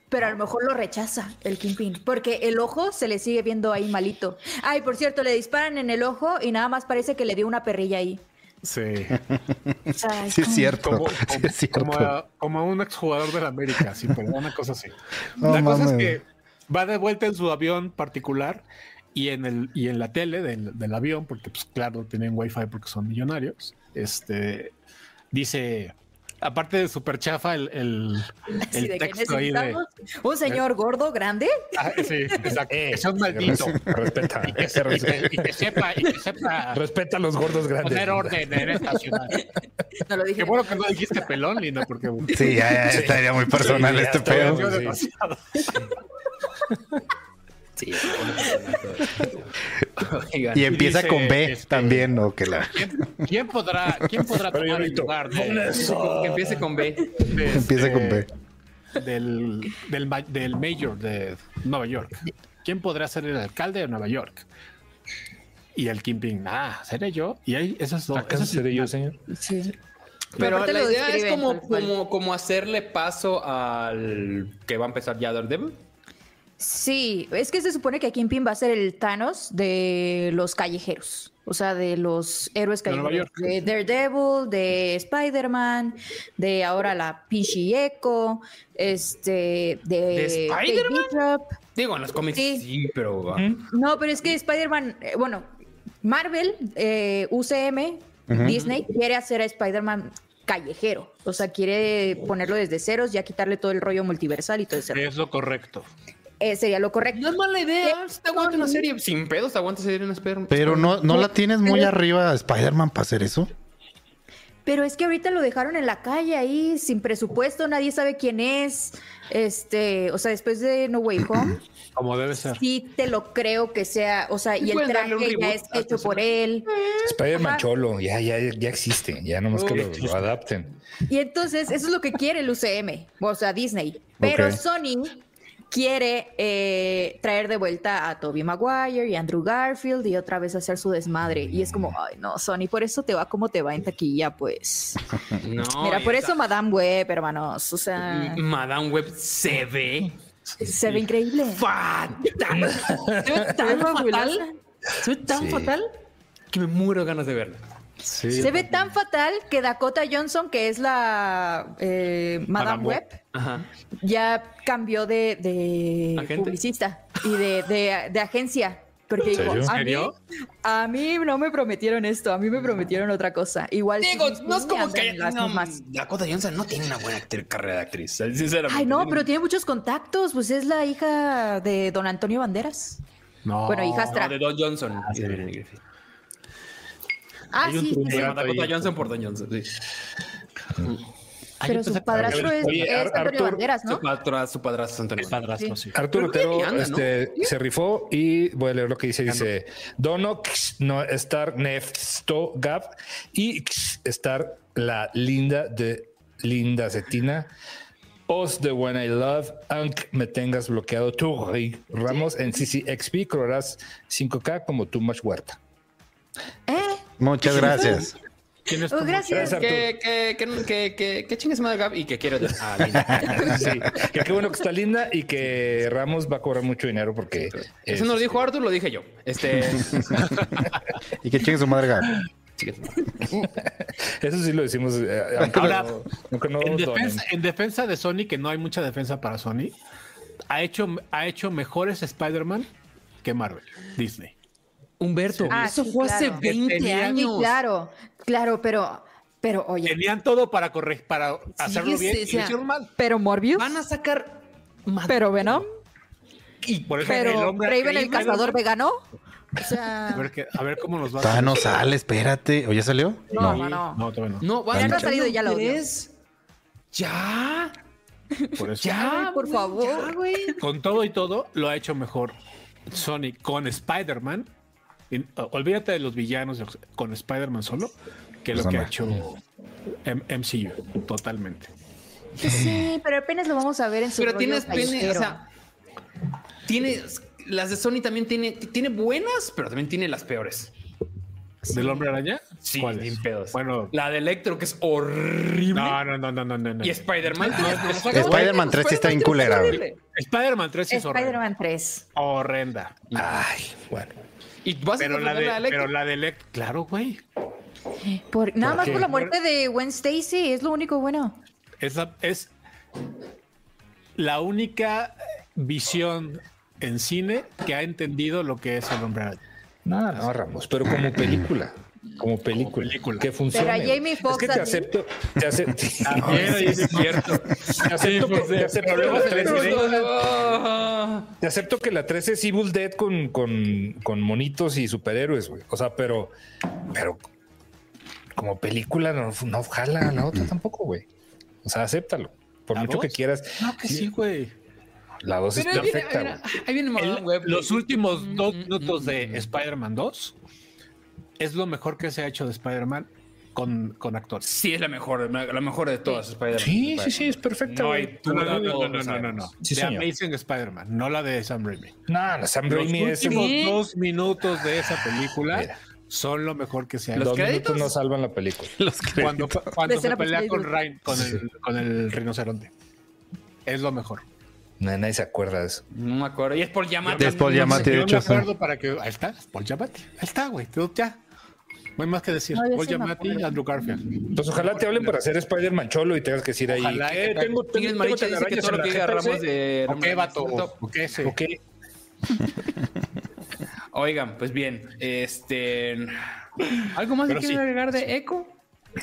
F: Pero a lo mejor lo rechaza el Kingpin, porque el ojo se le sigue viendo ahí malito. Ay, por cierto, le disparan en el ojo y nada más parece que le dio una perrilla ahí.
E: Sí.
F: [LAUGHS] O sea, es
D: Sí es
F: como-
D: cierto, [LAUGHS]
E: Como,
D: sí
E: como-
D: es cierto.
E: como a, como a un exjugador del América, sí, pero una cosa así.
D: No
E: la cosa
D: mames.
E: es que va de vuelta en su avión particular y en el y en la tele del, del avión, porque pues claro, tienen wifi porque son millonarios. Este dice, aparte de super chafa el, el,
F: así
E: el
F: de que
E: texto ahí de
F: necesitamos un señor gordo, grande.
E: Ah, sí, exacto.
C: Eh,
E: que sea un maldito.
C: Respeta.
E: Y que, se- y que- y que sepa, y que sepa
C: [LAUGHS] Respeta a los gordos grandes.
E: poner orden en esta ciudad.
F: No lo dije.
E: Qué bueno que no dijiste pelón, Lino, porque
D: Sí, ya, ya, ya estaría muy personal
C: Sí, ya
D: este
C: está,
D: pedo.
C: ya, sí.
B: Sí, Oigan,
D: Y em- empieza
E: dice,
D: con B
E: este,
D: también, o que la
E: ¿Quién, quién podrá, quién podrá
C: Pero yo
E: tomar el
C: grito,
E: lugar de- [LAUGHS]
B: que empiece con B.
E: de este-
D: empieza con B.
E: Del, del, ma- del mayor de Nueva York? ¿Quién podrá ser el alcalde de Nueva York? Y el Kingpin, ah, ¿seré yo? Y ahí, eso es todo.
C: ¿Acaso
E: eso es-
C: seré yo, señor?
F: Sí.
B: Pero
F: aparte
B: la
F: lo
B: idea es
F: describen
B: como,
F: tal cual.
B: como, como hacerle paso al que va a empezar ya Daredevil.
F: Sí, es que se supone que Kingpin va a ser el Thanos de los callejeros, o sea, de los héroes
E: De Nueva
F: callejeros. De Daredevil, de Spider-Man, de ahora la pinche Echo, este, de,
B: ¿De Spider-Man?
F: Trap.
B: Digo, en los cómics sí,
F: Sí.
B: pero ah, va.
F: No, pero es que Spider-Man, eh, bueno, Marvel, eh, UCM, Disney quiere hacer a Spider-Man callejero, o sea, quiere ponerlo desde ceros, ya quitarle todo el rollo multiversal y todo ese rollo.
E: es lo correcto.
F: Eh, sería lo correcto.
B: No es mala idea. Se te aguanta una serie. Sin pedos, te aguanta serie en Spider-Man.
D: Pero no, no la tienes muy
F: Pero-
D: arriba Spider-Man para hacer eso.
F: Pero es que ahorita lo dejaron en la calle ahí, sin presupuesto, nadie sabe quién es. Este, o sea, después de No Way Home,
E: Como debe ser.
F: sí te lo creo que sea, o sea, y el
B: Pueden darle
F: traje
B: un
F: ya
B: reboot
F: es
B: al
F: hecho por
B: personaje.
F: él.
C: Spider-Man
F: Ajá.
C: Cholo, ya, ya, ya existe. Ya nomás que lo, lo adapten.
F: Y entonces, eso es lo que quiere el UCM, o sea, Disney. Pero
D: Ok.
F: Sony quiere eh, traer de vuelta a Tobey Maguire y Andrew Garfield y otra vez hacer su desmadre. Y es como, ay, no, Sony, por eso te va como te va en taquilla, pues.
B: No,
F: Mira, por
B: esa-
F: eso Madame Web, hermanos, o sea,
B: M- Madame Web se ve
F: se
B: [LAUGHS]
F: ve increíble.
B: fatal. se ve tan fatal. Se ve tan fatal que me muero de ganas de verla.
F: Se ve tan fatal que Dakota Johnson, que es la eh,
E: Madame
F: Madame, Web,
B: Ajá.
F: ya cambió de, de
B: Agente.
F: publicista y de, de- de agencia. Porque dijo,
C: serio?
F: a
E: ¿En
F: mí,
E: serio?
F: a mí no me prometieron esto, a mí me prometieron otra cosa. Igual
B: Digo,
F: sí,
B: no es
F: sí,
B: como
F: andan
B: que
F: las
B: no,
F: mismas.
B: Dakota Johnson no tiene una buena actri- carrera de actriz, sinceramente.
F: Ay, no, pero tiene muchos contactos, pues es la hija de don Antonio Banderas.
E: No.
F: Bueno, hijastra.
B: No, de Don Johnson. Y de Melanie Griffith.
F: Ah, sí, sí,
B: Se
F: sí,
B: llama Dakota
E: ahí.
B: Johnson por Don Johnson. Sí.
F: pero su padrastro es,
C: Oye,
F: es
C: Ar-
F: Antonio
C: Arthur,
F: Banderas,
B: Su
F: ¿no?
B: padrastro, su padrastro es Antonio. Banderas.
E: padrastro, sí.
B: Creo
C: Arturo
B: que
C: Otero
B: ahí anda,
C: este, se rifó y voy a leer lo que dice. Dice Donox no estar Nefto Gab y X estar la linda de Linda Cetina. Os the One I Love, Aunque me tengas bloqueado, tú, Rey Ramos en CCXP, cobrarás 5K como tú
B: [LAUGHS]
C: más huerta.
F: Eh,
D: Muchas gracias.
E: ¿Quién es
F: oh,
E: tu-
F: gracias.
C: Gracias, Arturo.
B: Que, que, que, que, que, que chingues madre Gab y que quiero a
C: [LAUGHS]
B: Linda.
C: Sí, que qué bueno que está linda y que Ramos va a cobrar mucho dinero porque
B: Eso no lo dijo Arthur, lo dije yo. Este.
D: Y que chingue su madre, Gab.
B: chingues madre.
C: eso sí lo decimos.
E: [LAUGHS]
C: eh, aunque
E: Ahora,
C: no- aunque no donen.
E: En defensa, en defensa de Sony, que no hay mucha defensa para Sony, ha hecho, ha hecho mejores Spider-Man que Marvel, Disney.
B: Humberto,
F: Ah,
B: eso
F: sí,
B: fue hace
F: claro.
B: 20
E: Tenía-
F: Sí,
B: años.
F: claro, claro, pero, pero oye,
E: Tenían todo para corregir, para hacerlo
B: sí,
E: bien
B: sí,
E: y
B: sí.
E: lo hicieron mal.
F: pero Morbius,
B: Van a sacar. Madre,
F: pero Venom,
E: Y por eso el
F: pero
E: hombre
F: Raven el
E: increíble-
F: cazador vegano. O
E: A ver,
F: sea,
E: qué- a ver cómo nos va.
D: Todavía no sale, espérate. ¿O ya salió?
F: no, no, no. [LAUGHS]
E: No, todavía no.
B: no, van
D: Ya
B: a
D: no ha
B: sacar
F: salido, ya la odio.
B: tres. Ya.
E: Por eso,
F: Ay, Ah, por favor.
E: con todo y todo, lo ha hecho mejor Sony con Spider-Man. Y, o- Olvídate de los villanos de los- con Spider-Man solo, que lo
D: Pues
E: que ha
D: anda.
E: hecho M- MCU, totalmente.
F: Sí, pero apenas lo vamos a ver en su
B: Pero
F: rollo
B: tienes pene, o
F: payasero.
B: sea, tienes las de Sony también tiene tiene buenas, pero también tiene las peores.
E: ¿Del hombre araña?
B: Sí,
E: ¿Cuál es?
B: bien pedos.
E: Bueno,
B: La de Electro que es horrible
E: no, no, no, no, no, no, no.
B: y Spider-Man.
D: Spider-Man 3 sí está bien culera, güey.
E: Spider-Man 3 es horrenda.
F: Spider-Man 3.
E: horrenda.
C: Ay, bueno.
B: Y vas a
E: Pero la,
B: defender
E: de,
B: la Electro.
E: pero la de Elect- claro, güey.
F: Por, nada más
E: qué?
F: por la muerte de Gwen Stacy, es lo único bueno.
E: Esa es la única visión en cine que ha entendido lo que es el hombre araña.
C: Nada, no, Ramos, pero como película. Como película.
E: película.
C: Que funciona.
F: Pero a Jamie Foxx
C: Es que te
F: así.
C: acepto. Te [LAUGHS] acepto.
E: También,
C: Sí,
E: oye, sí Este es
C: cierto. Este Te acepto
E: pues,
C: que- te acepto que la 13
B: Ah,
C: te acepto que la 13 es Evil Dead con, con, con monitos y superhéroes, güey. O sea, pero, pero como película no, no jala la otra tampoco, güey. O sea, acéptalo. Por
E: ¿La
C: mucho
E: dos?
C: Ah, que quieras.
E: No, que sí, güey.
C: La dos es
B: Pero ahí viene,
C: perfecta,
B: mira,
C: güey.
B: ahí viene
E: El-
B: Madame Web.
E: los
B: güey.
E: últimos dos minutos de Spider-Man 2 es lo mejor que se ha hecho de Spider-Man con, con actores.
B: Sí, es la mejor, la mejor de todas, Spider-Man.
C: Sí, sí, sí, es perfecta,
B: No
C: güey.
B: hay
E: No,
B: duda,
E: no, no,
B: todos
E: no,
B: lo
E: no, no,
B: sabemos.
E: no.
C: Sí,
E: de
C: señor.
E: Amazing Spider-Man, no la de Sam Raimi.
C: No, no, Sam
E: Los
C: Raimi es
E: últimos
C: un-
E: dos minutos de esa película
C: Mira.
E: son lo mejor que se ha
B: Los
E: hecho.
C: Dos
B: créditos.
C: minutos no salvan la película.
B: [LAUGHS]
E: Cuando, cuando
F: La
E: se
F: escena
E: pelea
F: post-créditos.
E: con, Ryan, con, el, con el rinoceronte. Es lo mejor.
C: Nadie nadie se acuerda de eso.
B: No me acuerdo. Y es por llamar.
D: Es Paul Giamatti, de
E: Yo me
D: hecho. sí.
E: acuerdo para que... Ahí está, Paul Giamatti. Ahí está, güey. Tú ya. No hay más que decir.
F: No, yo
E: Paul
F: sí me
E: Giamatti y
F: acuerdo.
E: Andrew Garfield.
C: Pues ojalá te hablen para hacer Spider-Man cholo y tengas que decir ahí.
E: Ojalá,
C: eh,
E: eh,
C: tengo,
B: Miguel Maricha dice que
C: telarañas
B: todo lo
C: en
B: que
C: la
B: diga
C: jeta,
B: Ramos
C: sí.
B: de
E: ¿O qué, vato? ¿O qué, sí?
C: ¿O qué?
B: Oigan, pues bien, este. ¿Algo más que
E: Pero
B: quieren
E: sí.
B: agregar de Echo?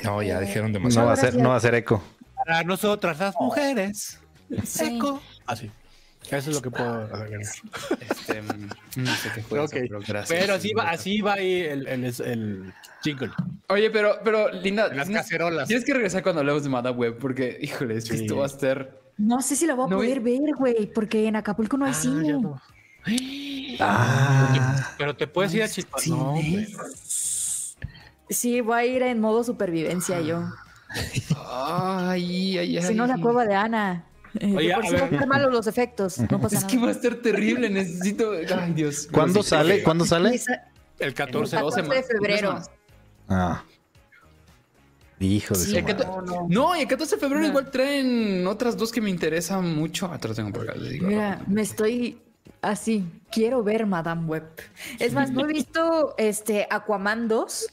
C: No, ya dijeron
D: No
C: demasiado.
D: va a ser, no va a ser eco.
E: Para nosotras las mujeres. Seco. Así. Ah, Eso es lo que puedo agregar.
B: Este, mm, no sé qué fue
E: Ok.
B: eso, pero gracias.
E: Pero así va, así va ahí el, el, el jingle.
B: Oye, pero, pero, Linda,
E: Las
B: tienes,
E: cacerolas.
B: tienes que regresar cuando hablemos de Madame Web, porque, híjole, es que
E: Sí.
B: esto va a ser.
F: No sé si la voy a
B: No, Ah,
F: poder ver, güey, porque en Acapulco no hay cine.
E: Pero te puedes ir a Chihuahua. No, güey.
F: Sí, voy a ir en modo supervivencia yo.
B: Ay, ay, ay.
F: Si no, la cueva de Ana. Eh,
E: Oye,
F: de por
E: a
F: sí
E: ver.
F: van a estar malos los efectos. No pasa
B: Es que va
F: nada.
B: a estar terrible, necesito. Ay, Dios.
D: ¿Cuándo
B: Sí,
D: sale?
B: sí.
D: ¿Cuándo sale?
F: Esa-
E: El
B: Dos
E: 14.
F: El 14 de
B: semanas,
F: febrero.
B: dos semanas.
D: Ah. Hijo de
B: El
D: su madre.
B: 14 No, y el 14 de febrero igual traen otras dos que me interesan mucho. Ah, te las tengo por acá. les digo.
F: Mira, me estoy así. Quiero ver Madame Web. Es más, no he visto este Aquaman 2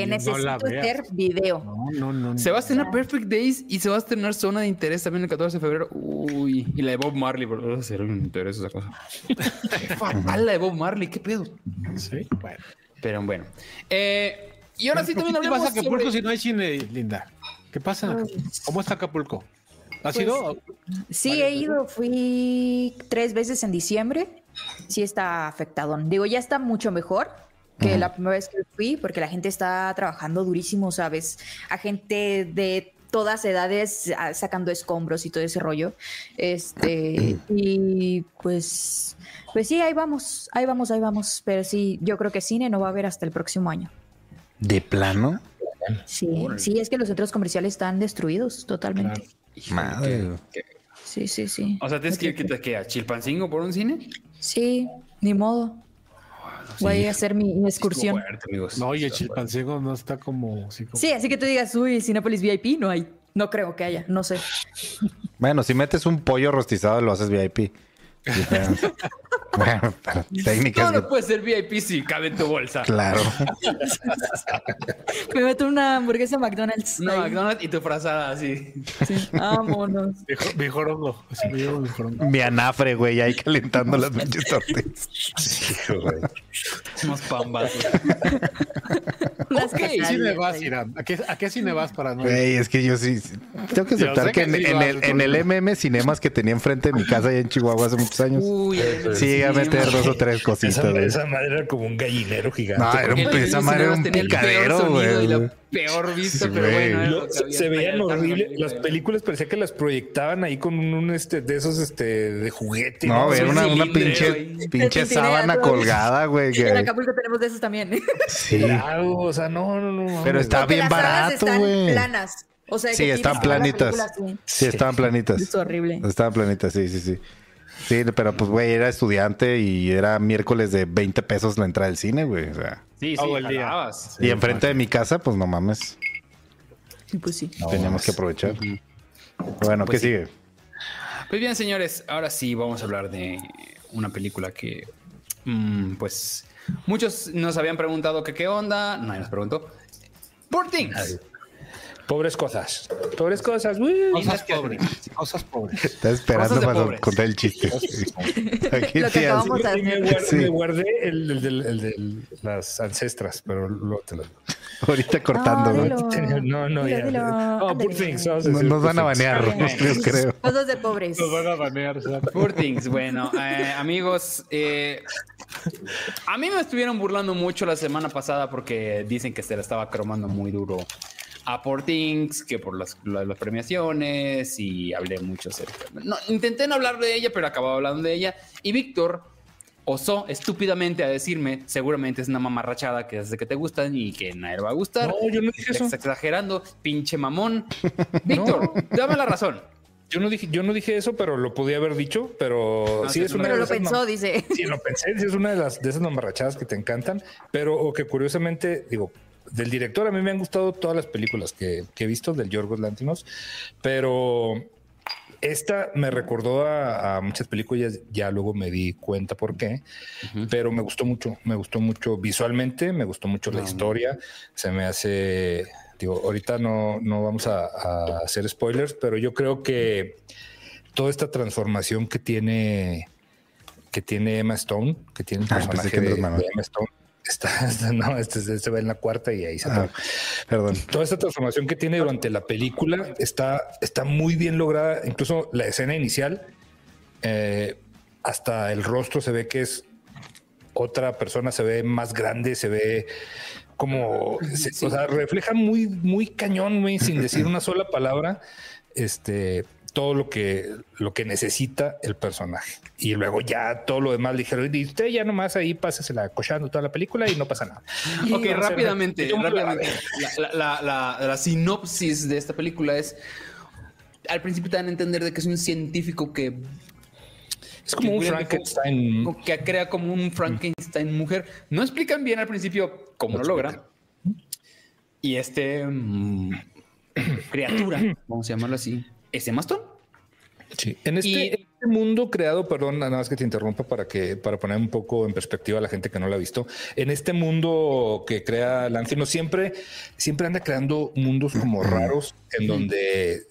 E: [LAUGHS] No la
F: necesito
E: veas.
F: ver video.
E: No, no, no. no.
B: Se va a estrenar Perfect Days y se va a estrenar Zona de Interés también el 14 de febrero. Uy, y la de Bob Marley, bro. Ah, Será un interés esa [LAUGHS] cosa. Qué fatal la de Bob Marley, qué pedo.
E: Sí, bueno.
B: Pero bueno. Eh, y ahora sí
E: ¿Por
B: también
E: qué te
B: hablamos
E: vas a Acapulco
B: sobre...
E: si no hay cine, Linda? ¿Qué pasa? ¿Cómo está Acapulco? ¿Has
F: Pues,
E: ido?
F: Sí, he ido, fui tres veces en diciembre. Sí está afectado. Digo, ya está mucho mejor que la primera vez que fui, porque la gente está trabajando durísimo, ¿sabes? A gente de todas edades ah, sacando escombros y todo ese rollo. Este, y pues, pues sí, ahí vamos, ahí vamos, ahí vamos. Pero sí, yo creo que cine no va a haber hasta el próximo año.
D: ¿De plano?
F: Sí, sí, es que los centros comerciales están destruidos totalmente.
D: Madre. güey.
F: Sí, sí, sí.
B: O sea, tienes que ir que te- que a Chilpancingo por un cine.
F: Sí, ni modo. Voy a hacer mi, mi excursión.
B: Fuerte, amigos.
E: No, y el Chilpancingo no está como. así como-
F: Sí, así que tú digas, uy, Cinépolis VIP no hay. No creo que haya, no sé. [LAUGHS]
D: Bueno, si metes un pollo rostizado lo haces VIP. Diferente. bueno, pero técnicas.
B: Todo no puede ser VIP si cabe en tu bolsa.
D: Claro.
F: Me meto una hamburguesa McDonald's.
B: No,
F: ahí.
B: McDonald's y tu frazada así.
F: Sí,
D: [LAUGHS]
F: vámonos.
E: Vijo- Vijorongo. Así me llevo vijorongo.
D: Mi anafre, güey, ahí calentando las pinches tortillas.
B: Unos pambas.
F: Las
E: ¿A qué cine
F: quesadillas
E: vas,
F: ahí.
E: Irán? ¿A qué, a qué cine vas para no ir?
D: Güey, es que yo sí. sí. Tengo que
E: Yo sé
D: aceptar que
E: que
D: en,
E: sí
D: en
E: vas,
D: el, en el MM Cinemas que tenía enfrente de mi casa allá en Chihuahua hace muchos años.
B: Uy,
D: Sí, ahí a meter dos o tres cositas.
C: Esa,
D: güey.
C: esa madre era como un gallinero gigante.
D: No, Ah, era un,
B: Porque
D: esa
B: los
D: madre era
B: dineros
D: un
B: tenía el peor
D: picadero,
B: sonido y
D: güey.
B: la peor vista,
D: Sí,
B: pero
D: güey.
B: bueno. era
C: Yo-
B: lo que
C: se,
B: había.
C: se veían
B: Era tan
C: horrible.
B: horrible.
C: Las películas parecía que las proyectaban ahí con un, un, este de esos este de juguete.
D: No, güey,
C: Sí,
D: era una,
C: sí,
D: una
B: cilindro,
D: pinche,
B: güey.
D: pinche
F: Tintinea,
D: sábana
F: ¿no?
D: colgada, güey.
F: En
D: que-
F: Acapulco tenemos de esos también. [LAUGHS]
D: Sí,
C: claro, o sea, no, no, no. mames,
D: pero está
F: Porque
D: bien
F: las salas
D: barato,
F: están
D: güey.
F: planas. O sea,
D: Sí,
F: que
D: están
F: tienes que ver la
D: planitas.
F: película así.
D: Sí, estaban planitas.
F: Es horrible.
D: Estaban planitas, sí, sí, sí. Sí, pero pues, güey, era estudiante y era miércoles de 20 pesos la entrada del cine, güey. O sea,
B: Sí, sí,
C: Todo el día.
B: jalabas.
D: y enfrente de mi casa, pues no mames.
F: Y Pues sí.
D: Teníamos que aprovechar. Bueno, ¿qué
B: Pues sí.
D: sigue?
B: Pues bien, señores, ahora sí vamos a hablar de una película que, mm, pues, muchos nos habían preguntado que qué onda. Nadie nos preguntó. Por Things.
C: Pobres cosas. Pobres cosas. uy.
E: Cosas pobres. Cosas pobres.
D: Estaba
B: Cosas
D: esperando
B: de
D: para
B: pobres.
D: contar el chiste. [LAUGHS] Aquí
F: Lo que
D: sí,
F: acabamos
D: así.
F: de
C: Y me
F: hacer.
C: guardé,
D: Sí.
C: me guardé el, el del- el de las ancestras, pero luego te lo
D: [LAUGHS] ahorita cortando,
F: No,
D: güey.
C: [LAUGHS]
F: dilo.
C: No, no,
F: Dilo,
C: ya.
F: dilo.
C: Oh, poor
F: Ándale.
C: things. vamos a
D: No-
C: decir
D: Nos
C: poor
D: van a
C: things.
D: banear,
F: Está
D: [LAUGHS]
F: bien.
D: yo creo.
F: Cosas de pobres.
E: Nos van a banear. o sea,
B: Poor Things. Bueno, eh, amigos, eh, a mí me estuvieron burlando mucho la semana pasada porque dicen que se la estaba cromando muy duro a Poor Things, que por las, la- las premiaciones y hablé mucho acerca. No, intenté no hablar de ella, pero acababa hablando de ella. Y Víctor osó estúpidamente a decirme, seguramente es una mamarrachada que desde que te gustan y que nadie le va a gustar.
C: No, yo no dije eso.
B: Estás exagerando, pinche
C: [LAUGHS]
B: mamón. Víctor, dame la razón.
C: Yo no dije, yo no dije eso, pero lo podía haber dicho, pero
B: No,
C: sí
B: sí,
C: es
B: sí,
C: una
F: Pero
C: de
F: lo
C: esas
F: pensó, dice.
C: Sí, lo pensé, sí, es una de las de esas mamarrachadas que te encantan, pero o que curiosamente, digo, del director a mí me han gustado todas las películas que, que he visto del Yorgos Lantimos, pero esta me recordó a, a muchas películas, ya luego me di cuenta por qué, pero me gustó mucho, me gustó mucho visualmente, me gustó mucho
D: Ah.
C: la historia, se me hace, digo, ahorita no, no vamos a, a hacer spoilers, pero yo creo que toda esta transformación que tiene que tiene Emma Stone, que tiene el
D: Ah, pensé
C: personaje
D: que
C: de,
D: Andrés Manuel.
C: de Emma Stone, [LAUGHS] está, está- no, este se- se ve en la cuarta y ahí se
D: Ah,
C: acaba.
D: perdón.
C: Toda esta transformación que tiene durante la película está, está muy bien lograda. Incluso la escena inicial, eh, hasta el rostro se ve que es otra persona, se ve más grande, se ve como, se- o sea, refleja muy, muy cañón, güey, sin decir una sola palabra, este, todo lo que, lo que necesita el personaje. Y luego ya todo lo demás le dijeron, y usted ya nomás ahí pásesela cochando toda la película y no pasa nada.
B: Ok,
C: Y-
B: rápidamente,
C: Yo me la-
B: rápidamente. La, la- la- la- la sinopsis de esta película es. Al principio te dan a entender de que es un científico que,
C: Es como un Frankenstein.
B: que crea como un Frankenstein mujer. No explican bien al principio cómo lo logra. Y este mm, [CLEARS THROAT] criatura, vamos a llamarlo así, es Emastón.
C: Sí. En este,
B: Y-
C: en este mundo creado, perdón, nada más que te interrumpa para que para poner un poco en perspectiva a la gente que no la ha visto. En este mundo que crea Lantino siempre siempre anda creando mundos como raros en donde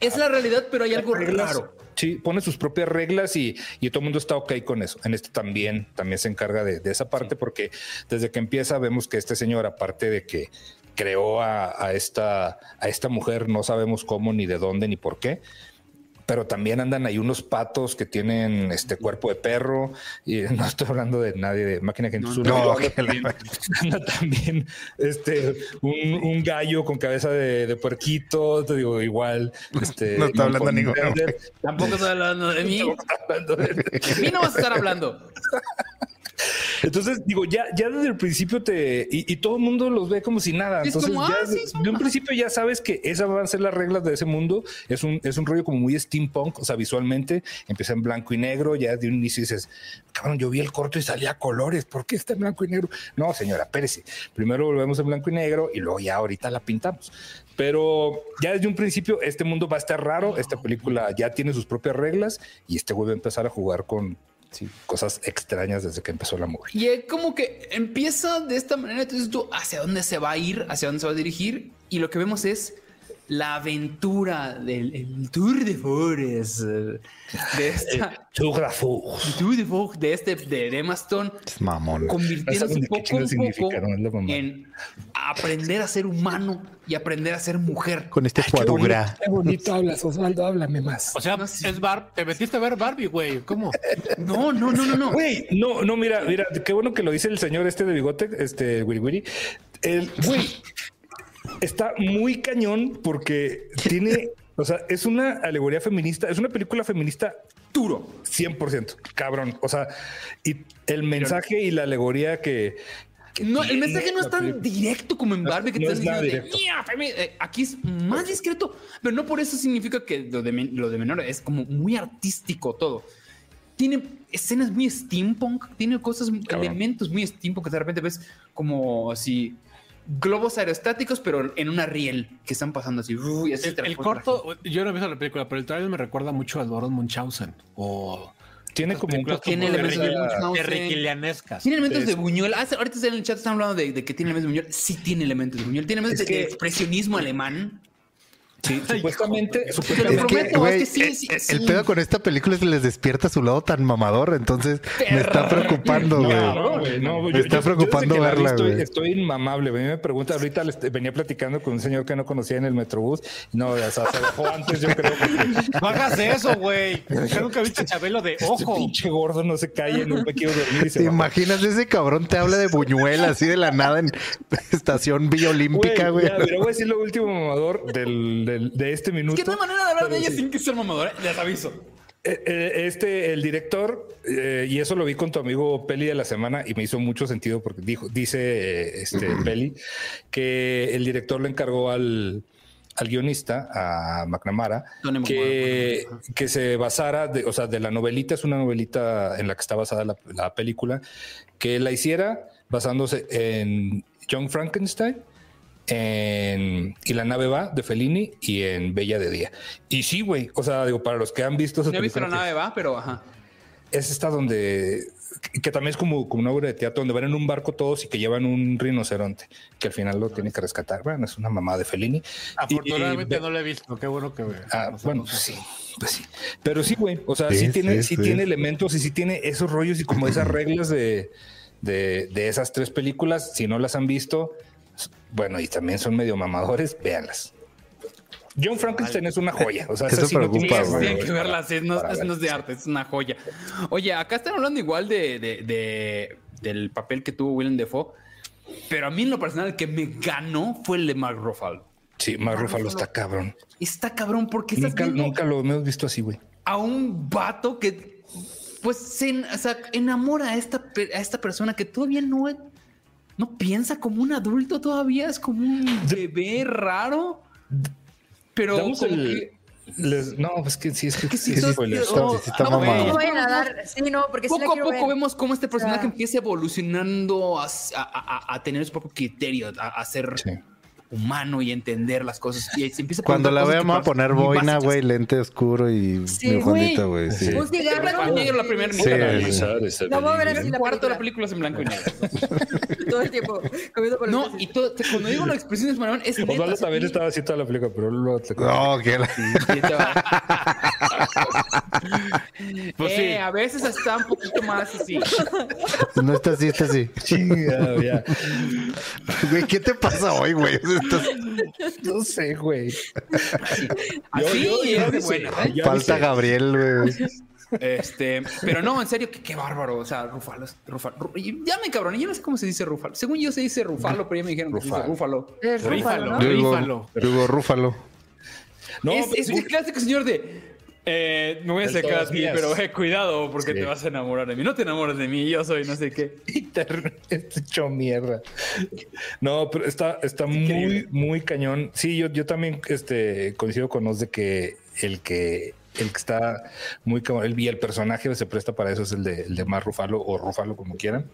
B: Es la realidad, pero hay
D: [LAUGHS]
B: algo raro.
C: Sí, pone sus propias reglas y, y todo el mundo está ok con eso. En este también, también se encarga de, de esa parte porque desde que empieza vemos que este señor, aparte de que creó a, a esta, a esta mujer, no sabemos cómo, ni de dónde, ni por qué, pero también andan ahí unos patos que tienen este cuerpo de perro y [LAUGHS] no estoy hablando de nadie de máquina que [LAUGHS]
D: No,
C: anda,
D: que la-
C: también, anda también, este un, un gallo con cabeza de, de puerquito te digo igual este
D: No está hablando
C: Malcolm
D: ninguno, güey.
C: Gladwell,
B: Tampoco estoy hablando de
C: [LAUGHS]
B: mí.
C: estamos hablando de-
B: De mí no vas a estar
D: [LAUGHS]
B: hablando.
C: Entonces, digo, ya, ya desde el principio te. Y, y todo el mundo los ve como si nada.
B: Es
C: Entonces,
B: como,
C: ya
B: ah,
C: de-
B: sí, son-
C: de un principio ya sabes que esas van a ser las reglas de ese mundo. Es un, es un rollo como muy steampunk, o sea, visualmente empieza en blanco y negro. Ya de un inicio dices, cabrón, yo vi el corto y salía a colores. ¿Por qué está en blanco y negro? No, señora, Pérez. Primero volvemos en blanco y negro y luego ya ahorita la pintamos. Pero ya desde un principio, este mundo va a estar raro. Esta película ya tiene sus propias reglas y este güey va a empezar a jugar con. Cosas extrañas desde que empezó la movie.
B: Y es como que empieza de esta manera, entonces tú, ¿hacia dónde se va a ir? ¿Hacia dónde se va a dirigir? Y lo que vemos es la aventura del el Tour de Forest eh, de
C: [LAUGHS]
B: esta Tour de Forest de este de Emma Stone
D: Es mamón.
B: convirtiéndose
C: No saben
B: un
C: ni qué
B: poco,
C: chingo
B: un
C: significa,
B: poco
C: no es la mamá.
B: en aprender a ser humano y aprender a ser mujer.
D: Con este cuadrugra.
G: Qué bonito hablas, Osvaldo, háblame más.
E: O sea,
B: No, sí.
E: es Bar te metiste a ver Barbie, güey.
C: [LAUGHS]
E: ¿Cómo?
B: [LAUGHS] No, no, no, no, no.
C: Güey, no, no, mira, mira, qué bueno que lo dice el señor este de bigote, este Willy Willy. El güey está muy cañón porque tiene, o sea, es una alegoría feminista, es una película feminista duro, 100%, cabrón. O sea, y el mensaje y la alegoría que
B: No, el
C: tiene
B: mensaje no es
C: la
B: tan
C: película.
B: directo como en
C: No,
B: Barbie que
C: no
B: te
C: es
B: están
C: nada
B: diciendo de,
C: directo.
B: "Mía, femi-". Eh, aquí es más discreto, pero no por eso significa que lo de, men- lo de menor es como muy artístico todo. Tiene escenas muy steampunk, tiene cosas, elementos muy steampunk que de repente ves como así globos aerostáticos, pero en una riel que están pasando así. uh, y así
E: El,
B: te
E: el
B: transporta.
E: corto, yo no he visto la película, pero el trailer me recuerda mucho al Barón Munchausen. O
C: tiene
E: estas
C: como un
E: películas
B: Tiene
E: como de
B: elementos de
E: Ricky-
B: Munchausen.
E: de Riquilianescas.
B: Tiene elementos de Buñuel. Ah, ahorita en el chat están hablando de, de que tiene elementos de Buñuel. Sí tiene elementos de Buñuel. Tiene elementos de, de expresionismo alemán.
C: sí, supuestamente,
B: Te lo
D: Es
C: supuestamente
D: que,
B: prometo,
D: güey,
B: es que sí,
D: eh,
B: sí,
D: eh,
B: sí.
D: el pedo con esta película es que les despierta su lado tan mamador, entonces me está preocupando, güey.
C: No, güey, no,
D: me
C: yo-
D: está
C: yo-
D: preocupando
C: yo desde que la vi
D: verla,
C: estoy-
D: güey.
C: Estoy inmamable. güey. A mí me pregunta ahorita, les- venía platicando con un señor que no conocía en el metrobús. No, o sea, se bajó antes, yo creo.
D: [LAUGHS]
C: porque
E: No hagas
B: [LAUGHS]
E: eso, güey. Yo nunca viste Chabelo de
C: Este
E: ojo.
C: pinche gordo no se calla, no me quiero dormir. Y se
D: ¿Te
C: bajó.
D: imaginas ese cabrón te habla de Buñuel así de la nada en estación Villa Olímpica,
C: Güey,
D: güey?
C: ya, Pero voy a decir lo último mamador del, del- de este
B: Es
C: minuto.
B: que no hay manera de hablar de ella
C: Sí.
B: sin que sea mamadora. Les aviso.
C: Eh, eh, Este, el director, eh, y eso lo vi con tu amigo Peli de la semana y me hizo mucho sentido porque dijo, dice eh,
D: [CLEARS THROAT]
C: este Peli que el director le encargó al, al guionista, a McNamara,
B: Tony
C: que,
B: McNamara,
C: que se basara, de, o sea, de la novelita, es una novelita en la que está basada la, la película, que la hiciera basándose en John Frankenstein. En, y la nave va de Fellini y en Bella de Día. Y sí, güey. O sea, digo, para los que han visto. esas
B: No he visto la
C: películas que-
B: nave, va, pero ajá.
C: es esta donde que- que también es como, como una obra de teatro donde van en un barco todos y que llevan un rinoceronte que al final lo tiene que rescatar. Bueno, es una mamá de Fellini.
E: Afortunadamente
C: Y- y-
E: no lo he visto. Qué bueno que.
C: Ah,
E: o sea,
C: bueno,
E: no
C: pues
E: sé.
C: sí, pues sí. Pero sí, güey. O sea, sí,
D: Sí,
C: tiene,
D: sí,
C: sí,
D: sí.
C: tiene elementos y sí tiene esos rollos y como esas reglas de, de, de esas tres películas. Si no las han visto, s- bueno, y también son medio mamadores, véanlas. John Frankenstein es una joya. O sea,
D: Eso
C: esa sí no tiene-
D: preocupa,
B: Sí,
D: güey.
B: tienen que verlas, es, no,
C: para
B: es- no es de arte, es una joya. Oye, acá están hablando igual de, de- de- del papel que tuvo Willem Dafoe, pero a mí en lo personal el que me ganó fue el de Mark Ruffalo.
C: Sí,
B: Ah,
C: Mark Ruffalo está cabrón.
B: Está cabrón porque estás
C: Nunca,
B: viendo
C: nunca lo hemos visto así, güey.
B: a un vato que pues se en- o sea, enamora a esta, pe- a esta persona que todavía no, es- no piensa como un adulto, todavía es como un bebé raro. Pero
C: Damos
B: como
C: el-
B: que-
C: les- no, es que sí, es que,
B: que sí,
C: sí,
B: todo-
C: spoiler,
B: oh,
D: pues, está- sí está
B: vamos,
D: mamado.
F: [LAUGHS] No
B: vamos,
F: vayan a
B: vamos,
F: dar. Sí, no, porque sí la
B: poco a
F: quiero
B: poco
F: ver.
B: vemos cómo este personaje
F: sea-
B: empieza evolucionando a, a- a- a tener su propio criterio, a, a ser
C: Sí.
B: humano y entender las cosas. Y se empieza a
D: Cuando la
B: preguntar
D: vea
B: cosas
D: me voy a
B: que
D: poner
B: pasan muy
D: boina,
B: básicas.
D: güey, lente oscuro y
F: Sí,
D: mi fondita,
B: güey.
D: güey. Sí.
C: Sí.
F: Vos digas,
B: Blanco y
F: no,
B: negro, la primera
D: Sí.
F: No voy a ver así
B: El
F: la
B: cuarto de la película
F: película
B: es en blanco y
D: [LAUGHS]
B: negro.
F: todo el tiempo. comiendo
B: No,
F: palomitas.
B: y todo, te- cuando digo la expresión de Manuel, es neta,
C: Osvaldo
B: así,
C: también estaba así toda la película, pero lo
D: No, que Oh, la-
B: sí, te
C: [LAUGHS]
B: va.
E: Pues sí.
B: Eh, a veces está un poquito más así.
D: no está así, está así.
C: Chingado, ya.
D: [LAUGHS] Güey, ¿qué te pasa hoy, güey? Estás-
C: No sé, güey.
B: Así
C: yo- yo
B: es de
C: avisé,
B: buena, ¿eh?
C: Ya
D: Falta
C: sé.
D: Gabriel, güey.
B: Este, pero no, en serio, qué, qué bárbaro. O sea, Rufalo, Rufalo. Ru- y Ya me cabrón, yo no sé cómo se dice Rufalo. Según yo se dice Rufalo, pero ya me dijeron que se dice Rufalo.
F: Es Rúfalo,
B: Ah,
F: ¿no?
E: Rífalo.
D: Hugo,
E: Rífalo.
D: Hugo Rúfalo.
C: No,
B: es
C: pero
B: es
C: sí,
B: el clásico señor de. Eh, me voy a
C: Del
B: acercar a
C: todos
B: ti,
C: días.
B: pero eh, cuidado porque
C: Sí.
B: te vas a enamorar de mí. No te enamores de mí, yo soy no sé qué.
C: Peter, este hecho mierda. No, pero está, está muy, muy cañón. Sí, yo, yo también este, coincido con Oz de que el que el que está muy cabrón, el, y el personaje se presta para eso es el de, el de más Rufalo o Rufalo, como quieran,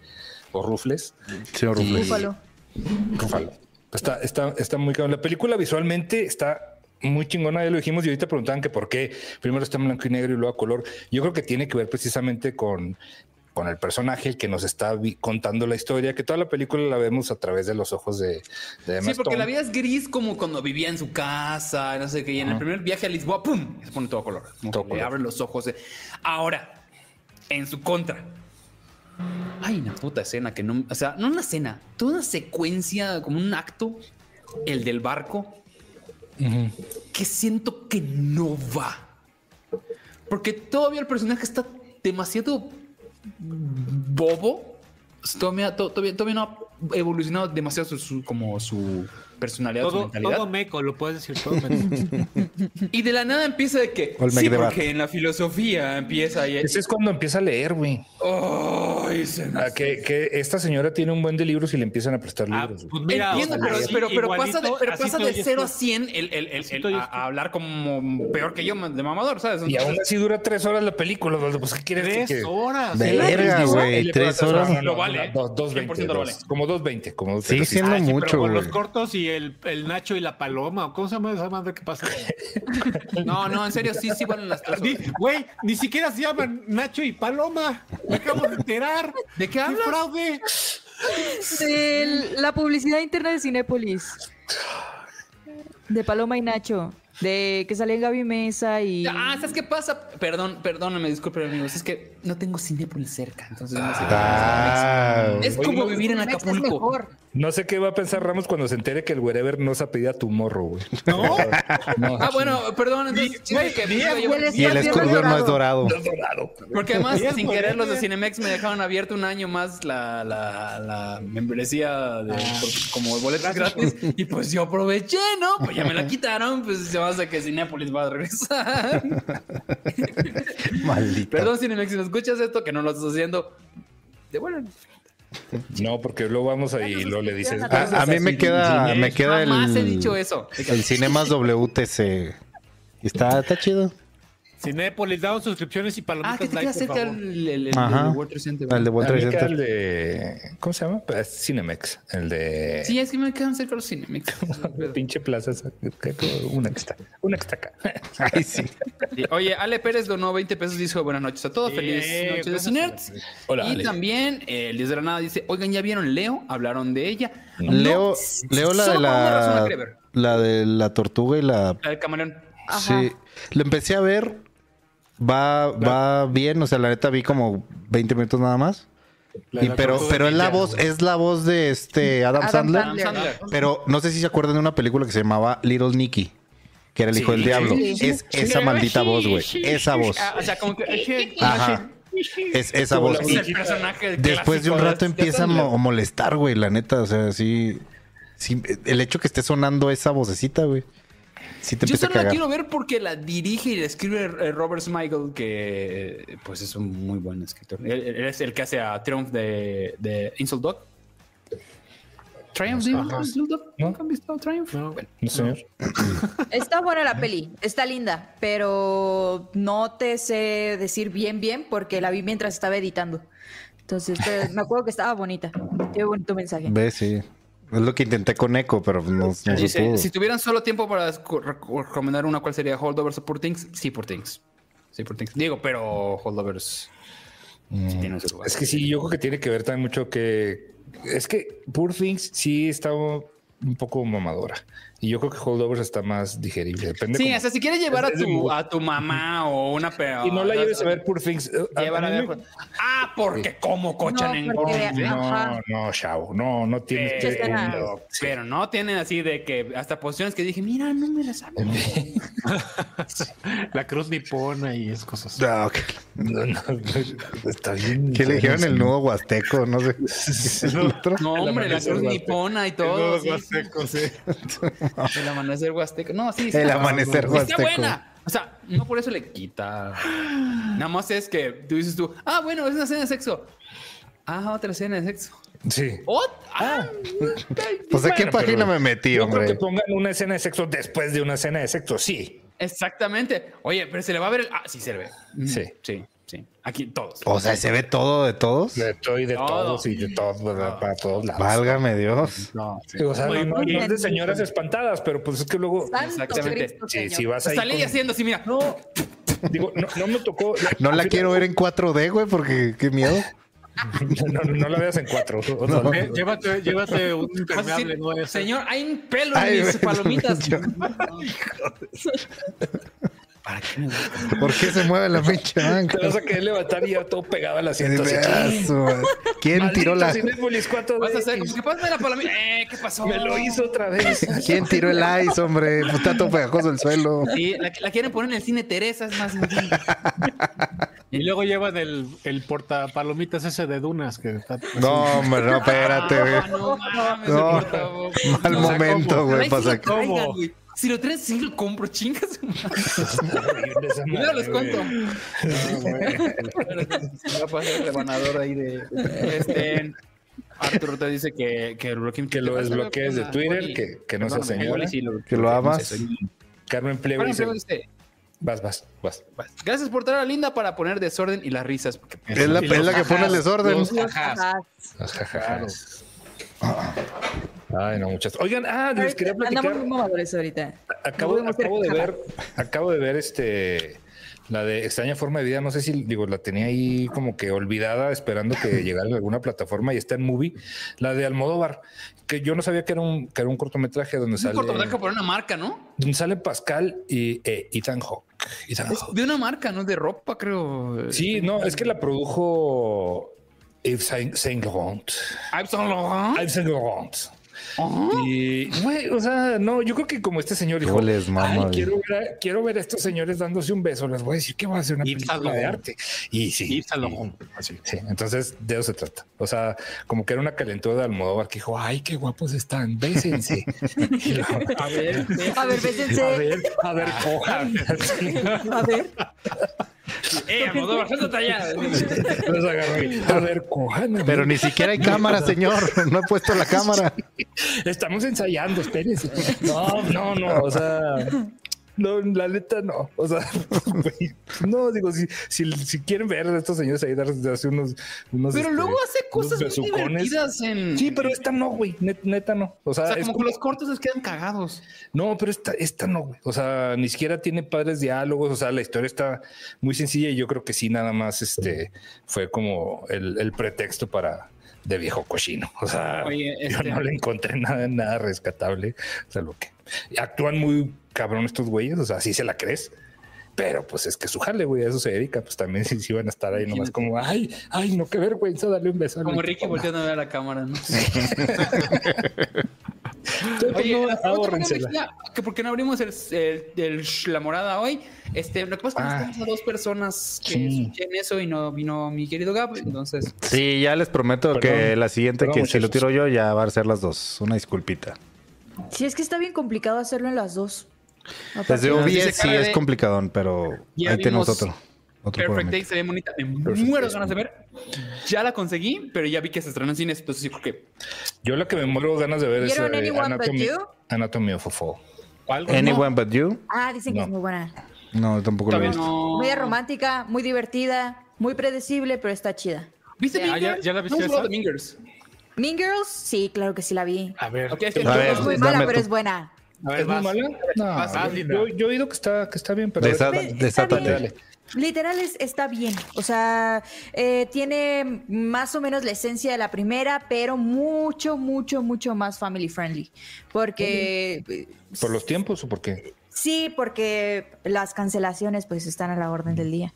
C: o Rufles.
D: Señor
C: Y-
D: Rufles.
F: Rúfalo.
C: Rufalo. Está, está, está muy cabrón. La película visualmente está muy chingona, ya lo dijimos, y ahorita preguntaban que por qué primero está en blanco y negro y luego a color. Yo creo que tiene que ver precisamente con con el personaje el que nos está vi- contando la historia, que toda la película la vemos a través de los ojos de, de Emma
B: Sí, porque
C: Stone.
B: la vida es gris como cuando vivía en su casa, no sé qué, y en el primer viaje a Lisboa, ¡pum! Se pone todo color. Como
C: Todo
B: que le
C: color.
B: abre los ojos. eh. Ahora, en su contra. Hay una puta escena que no. O sea, no una escena, toda una secuencia, como un acto, el del barco, que siento que no va. Porque todavía el personaje está demasiado bobo. Todavía, to- todavía, todavía no ha evolucionado demasiado su, su- como su personalidad, su
E: Todo,
B: mentalidad.
E: todo meco, lo puedes decir todo meco.
B: [LAUGHS] Y de la nada empieza de que.
D: Olmec
B: sí,
D: de Bar.
B: porque en la filosofía empieza y.
C: Ese es cuando empieza a leer, güey.
B: ¡Ay, se me-
C: Ah, que, que esta señora tiene un buen de libros y le empiezan a prestar
E: Ah,
C: libros. güey.
E: pues mira,
B: Entiendo,
E: o sea,
B: pero,
E: así
B: pero, pero
E: igualito,
B: pasa de, pero
E: así
B: pasa
E: te
B: de
E: oyes
B: 0 a
E: tú.
B: 100 el, el- el-
E: Así
B: el-
E: te oyes
B: a, a hablar como peor que yo, de mamador, ¿sabes?
C: y aún así dura tres horas la película, Osvaldo, pues ¿qué quieres que-
E: Tres
C: que-
E: horas.
D: Verga,
C: Y
D: güey.
C: le
D: Tres
C: pasa,
D: horas.
C: no, no,
B: Lo
C: no,
B: vale.
C: Dos, dos veinte,
B: 100% lo
C: dos.
B: vale.
C: como dos veinte, como dos
D: Sigue
C: veinte, sí.
D: siendo
E: Ay, Ah, sí, pero
D: mucho,
E: con
D: güey.
E: los cortos y el, el Nacho y la paloma. ¿o ¿Cómo se llama esa madre que [LAUGHS] pasa?
B: No, no, en serio, sí, sí valen las tres
E: Ni-
B: horas.
E: Güey, ni siquiera se llaman Nacho y Paloma. Me acabo de enterar.
B: ¿De qué
E: ¡Qué
B: hablas?
E: [LAUGHS] fraude!
F: De Este, la publicidad interna de Cinépolis. De Paloma y Nacho. De que salían Gaby Mesa y.
B: Ah, ¿sabes qué pasa? Perdón, perdóname, disculpen, amigos. Es que no tengo Cinépolis cerca, entonces no sé.
D: Ah,
B: es como vivir en
F: Mex es
B: Acapulco.
F: mejor.
C: No sé qué va a pensar Ramos cuando se entere que el wherever no se apellida tu morro, güey.
E: No,
B: Ah, bueno, perdón, entonces, chingada que me iba yo-
D: y el escorpión no es dorado.
B: Porque además,
E: Bien,
B: sin
E: por
B: querer,
E: ahí,
B: los de
E: eh.
B: Cinemex me dejaron abierto un año más la, la, la membresía de,
E: Ah.
B: por- como boletas gratis. Y pues yo aproveché, ¿no? Pues ya me la quitaron, pues se basa que Cinépolis va a regresar.
D: Maldito.
B: Perdón, Cinemex, si no escuchas esto, que no lo estás haciendo. De bueno,
C: No, porque luego vamos ahí
B: pues
C: y lo le dices.
D: Ah, a mí me queda, me queda
B: jamás he
D: el,
B: dicho eso.
D: el Cinemas WTC. Y Está, está chido.
E: Cinépolis, daban suscripciones y palomitas
B: Ah, que te
E: like,
B: queda
E: por
B: cerca
E: favor.
B: el, el, el
D: Ajá.
B: de World Trade Center, ¿verdad?
D: El de World
C: A mí
D: Trade
C: me queda el
D: Center.
C: de. ¿Cómo se llama? Pues, Cinemex. El de.
B: Sí, es que me quedan cerca los
D: [LAUGHS]
B: Cinemex.
C: Pinche plaza. esa, que- que- Una que está. Una que está acá. [LAUGHS]
D: Ay, sí.
B: Oye, Ale Pérez donó 20 pesos y dijo buenas noches a todos.
E: Eh,
B: Feliz noche de
E: gracias,
B: Cinerts.
C: Hola,
B: y
C: Ale.
B: también eh, el Dios de la Nada dice, oigan, ¿ya vieron Leo? Hablaron de ella. No,
D: Leo,
B: s-
D: Leo la
B: solo
D: de
B: por una razón la
D: la,
B: quería ver,
D: la de la tortuga y la
B: la del camaleón.
F: Ajá.
D: Sí, lo empecé a ver. Va, va bien, o sea, la neta vi como 20 minutos nada más.
E: La-
D: Y
E: la
D: pero,
E: tortuga
D: pero es la
E: ninja.
D: voz, es la voz de este Adam,
F: Adam
D: Sandler,
B: Adam Sandler.
D: Pero no sé si se acuerdan de una película que se llamaba Little Nicky, que era el hijo del diablo. es esa maldita voz, güey. Esa voz.
B: Ah, o sea, como que...
D: [LAUGHS] Ajá. Es esa voz.
B: Es
D: Y
B: el personaje
D: después de un
B: clásico
D: rato empieza a
B: Sandler.
D: mo- molestar, güey, la neta. O sea, sí, sí, El hecho que esté sonando esa vocecita, güey. Sí te
B: Yo
D: empieza a
B: solo la
D: cagar.
B: quiero ver porque la dirige y la escribe eh, Robert Michael, que eh, pues es un muy buen escritor. Él, él es el que hace a Triumph de, de Insult Dog. Triumph, ¿sí? Insult Dog.
C: No.
B: ¿Nunca han visto Triumph? Bueno,
C: No, señor.
F: Está buena la peli, está linda, pero no te sé decir bien, bien, porque la vi mientras estaba editando. Entonces, te- me acuerdo que estaba bonita. Qué bonito mensaje.
D: Ve, sí. Es lo que intenté con Echo, pero no, no se
B: dice,
D: pudo.
B: si tuvieran solo tiempo para esco- reco- recomendar una, ¿cuál sería Holdovers o Poor Things? Sí, Poor Things. Sí, Poor Things. Digo, pero Holdovers sí tiene su lugar.
C: Mm. Es que sí, yo creo que tiene que ver también mucho que. Es que Poor Things sí está un poco mamadora. Y yo creo que Holdovers está más digerible. Depende
B: Sí,
C: cómo-
B: o sea, si quieres llevar a
C: Es de
B: tu,
C: mi-
B: a tu mamá o una pero
C: Y no la lleves a ver Poor Things.
B: Llevar a
C: mí
B: ver.
C: me-
B: Ah, porque como cochan
F: No,
B: en
F: porque-
B: Gorn, ¿eh?
C: No,
F: Ajá.
C: no, chavo. No, no tienes
F: Sí,
C: que.
F: está nada.
C: no,
B: Pero no tienen así de que hasta posiciones que dije, mira, no me las sabes.
E: La cruz nipona y esas cosas.
D: Ah, ok.
C: [LAUGHS] no, no, no, está bien.
D: ¿Qué le dijeron el
C: nuevo?
D: nudo huasteco? No sé. ¿El otro?
B: No, hombre, la cruz
C: huasteca.
B: nipona y todo. sí, sí. [LAUGHS] El amanecer huasteco. No, sí, sí.
D: El amanecer
B: Sí Está
D: huasteco.
B: buena. O sea, no por eso le quita. Nada más es que tú dices tú, ah, bueno, es una escena de sexo. Ah, otra escena de sexo.
C: Sí.
B: Ot- ah,
D: [LAUGHS] O sea, ¿qué
C: Bueno,
D: página
C: pero-
D: me metí,
C: Yo creo que
D: hombre?
C: pongan una escena de sexo después de una escena de sexo, sí.
B: exactamente. Oye, pero se le va a ver el. Ah, sí, se le ve. Mm,
C: Sí.
B: Sí, sí. Aquí todos.
D: O sea, ¿se ve todo de todos?
C: De todo y de
B: Todo.
C: todos y de todos, ¿verdad? para todos lados.
D: Válgame Dios.
B: No,
E: Este,
B: sí.
C: O sea, no, no es de
F: bien.
C: señoras espantadas, pero pues es que luego.
F: Santo
B: Exactamente.
F: Cristo,
C: Sí,
F: Señor.
C: si vas ahí.
B: Salí
C: con-
B: haciendo Pues así, mira.
C: Digo, no, no me tocó.
B: [LAUGHS]
D: No la quiero ver en 4D, güey, porque qué miedo.
C: No, no, no la veas en cuatro.
D: No.
E: Lle- Eh, Llévate, llévate un
B: Vas a
E: impermeable
B: decir,
E: nuevo.
B: Señor, hay un pelo
D: Ay,
B: en mis
D: güey,
C: [LAUGHS]
B: palomitas. [LAUGHS]
D: yo- ¿Por qué se mueve la pinche banca?
C: Te vas a querer levantar y ya todo pegado al asiento. así.
D: Brazo, güey. ¿Quién
C: Maldito
D: tiró la
C: Cinépolis 4D.
B: Vas a hacer como que pásame la
C: [LAUGHS]
B: palomita. Eh, ¿qué pasó?
C: Me lo hizo
B: [LAUGHS]
C: otra vez. [LAUGHS]
D: ¿Quién tiró el ice, hombre? Pues está todo pegajoso el suelo.
B: Sí, la, la quieren poner en el cine Teresa, es más.
C: [LAUGHS]
E: Y luego llevan el, el porta palomitas ese de dunas que está.
D: No, hombre, no, espérate,
B: Ah,
D: güey.
B: no, mames,
D: No,
B: por favor.
C: [LAUGHS]
D: Mal
B: O sea,
D: momento,
B: Ojalá
D: güey,
B: y
D: para
B: sí lo
D: sacar.
B: traigan,
E: ¿Cómo?
B: güey. Si lo traes, sí lo compro, chingas.
C: Horrible esa
B: Yo
C: madre,
B: les
C: güey.
B: cuento. Va a pasar el rebanador ahí de. Este. Arturo te dice que, que, Rocky-
C: Que lo
B: te pasa,
C: desbloquees de
B: güey,
C: Twitter,
B: Oli.
C: que, que no sea
B: Perdóname,
C: señora.
B: Oli, sí lo-
D: Que lo amas.
C: Carmen Plebe
B: Bueno,
C: dice,
B: pero dice,
C: vas, vas, vas.
B: Gracias por traer a Linda para poner desorden y las risas. porque-
D: Es la,
E: Y
D: es la
E: los
D: que pone el
E: ajás,
D: desorden.
E: los ajás.
C: Las jajajas. Ay, no, muchachos. Oigan, ah, les quería
F: Andamos
C: platicar.
F: muy mamadores ahorita.
C: Acabo,
F: podemos hacer
C: acabo de
F: jajaja.
C: ver, acabo de ver este la de extraña forma de vida. No sé si digo, la tenía ahí como que olvidada, esperando
B: [LAUGHS]
C: que llegara en alguna plataforma y está en movie. La de Almodóvar, que yo no sabía que era un, que era un cortometraje donde
B: Es un
C: sale,
B: cortometraje por una marca, ¿no?
C: donde sale Pascal y eh, Ethan Hawke. Ethan
B: Es
C: Hawke.
B: de una marca, no de ropa, creo.
C: Ah, Sí, no, es que la produjo Yves Saint Saint Laurent.
B: Yves Saint Laurent.
C: Yves Saint Laurent.
F: Ah.
B: Ajá.
C: Y, güey, o sea, no, yo creo que como este señor dijo,
D: Yo les mamo,
C: "Ay,
D: güey".
C: quiero, ver a, quiero ver a estos señores dándose un beso, les voy a decir que va a hacer una
E: Yves
C: película
E: Saint
C: de
E: Laurent.
C: arte. Y sí,
E: Yves Saint Laurent,
C: así. Sí, entonces de eso se trata. O sea, como que era una calentura de Almodóvar que dijo, ay, qué guapos están,
F: [LAUGHS]
C: bésense. Y luego, a ver,
F: A ver,
C: a
F: bésense. Ah.
C: ver, a ver, cojan. [LAUGHS]
F: A ver.
B: Eh, Almodóvar, siéntate allá.
C: Los agarró y, A ver, cojan. a
D: Pero
C: ver.
D: ni siquiera hay cámara, señor. No he puesto la cámara.
C: Estamos ensayando, espérense.
B: [LAUGHS]
C: No, no, no, o sea, no, la neta no. O sea, [LAUGHS] güey, no, digo, si, si, si quieren ver a estos señores ahí darse darse unos, unos.
B: Pero
C: este,
B: luego hace
C: unos
B: cosas muy
C: besucones.
B: divertidas en.
C: Sí, pero esta no, güey, net- neta no. O sea,
B: O sea,
C: es
B: como que
C: como-
B: los cortos les quedan cagados.
C: no, pero esta, esta no, güey. O sea, ni siquiera tiene padres diálogos. O sea, la historia está muy sencilla y yo creo que sí, nada más este fue como el, el pretexto para de viejo cochino. O sea,
B: Oye, este-
C: [LAUGHS] yo no le encontré nada, nada rescatable. O sea, lo que actúan muy cabrón estos güeyes. O sea, sí se la crees. Pero pues es que su jale, güey, a eso se dedica. Pues también sí, sí van a estar ahí nomás
B: Imagínate.
C: como, ay, ay, no, qué vergüenza, dale un beso. a
B: Como
C: mi
B: Ricky
C: papá".
B: volteando a ver a la cámara, ¿no?
C: [LAUGHS] Entonces, pues,
B: Oye,
C: no,
B: la- otra
C: ahórrensela.
B: cosa que- que ¿por qué no abrimos el, el- el sh- la morada hoy? Este, lo que pasa es que
C: Ah.
B: estamos a dos personas que
C: Sí.
B: escuchen eso y no vino mi querido Gab, entonces.
D: Sí, ya les prometo que
C: Perdón.
D: la siguiente,
C: Perdón,
D: que si lo
C: muchachos.
D: tiro yo, ya va a ser las dos. Una disculpita.
F: Sí, es que está bien complicado hacerlo en las dos.
D: Desde
B: Nos dice
D: OBS sí
B: cara
D: es
B: de-
D: complicadón, pero
B: Ya
D: ahí tenemos
B: vimos
D: otro. Otro
B: Perfect
D: programita.
B: Day se ve bonita. Me muero de ganas de ver. Ya la conseguí, pero ya vi que se estrenó en cines, entonces yo creo que
C: Yo lo que me muero ganas de ver es
F: ¿Vieron
C: eh,
F: Anyone But
C: Anatomy,
F: You?
C: Anatomy of a Fall.
D: Anyone but you?
F: Ah, dicen que
C: No.
F: es muy buena.
D: No, yo tampoco lo he
B: todavía
D: visto.
B: no.
F: Muy romántica, muy divertida, muy predecible, pero está chida.
B: ¿Viste
E: Ah,
B: Mean
E: ya-
B: Girls?
E: ya la
B: No
E: viste
B: hemos
E: esa?
B: hablado de Mean Girls.
F: Mean Girls, sí, claro que sí la vi.
E: A ver,
B: Ok, es que
D: A
B: yo-
D: ver,
F: Es muy mala,
D: dame
F: pero
D: tú.
F: es buena.
E: a ver,
C: ¿Es muy
E: vas.
C: mala?
E: Vas,
C: No,
E: vas, Linda.
C: yo, yo he oído que está, que está bien, pero... a ver,
D: Desa-
F: Pero
C: dale.
F: está
D: desátate.
F: bien. Literal es- está bien, o sea, eh, tiene más o menos la esencia de la primera, pero mucho, mucho, mucho más family friendly, porque eh,
C: ¿Por los tiempos o por qué?
F: Sí, porque las cancelaciones pues están a la orden del día.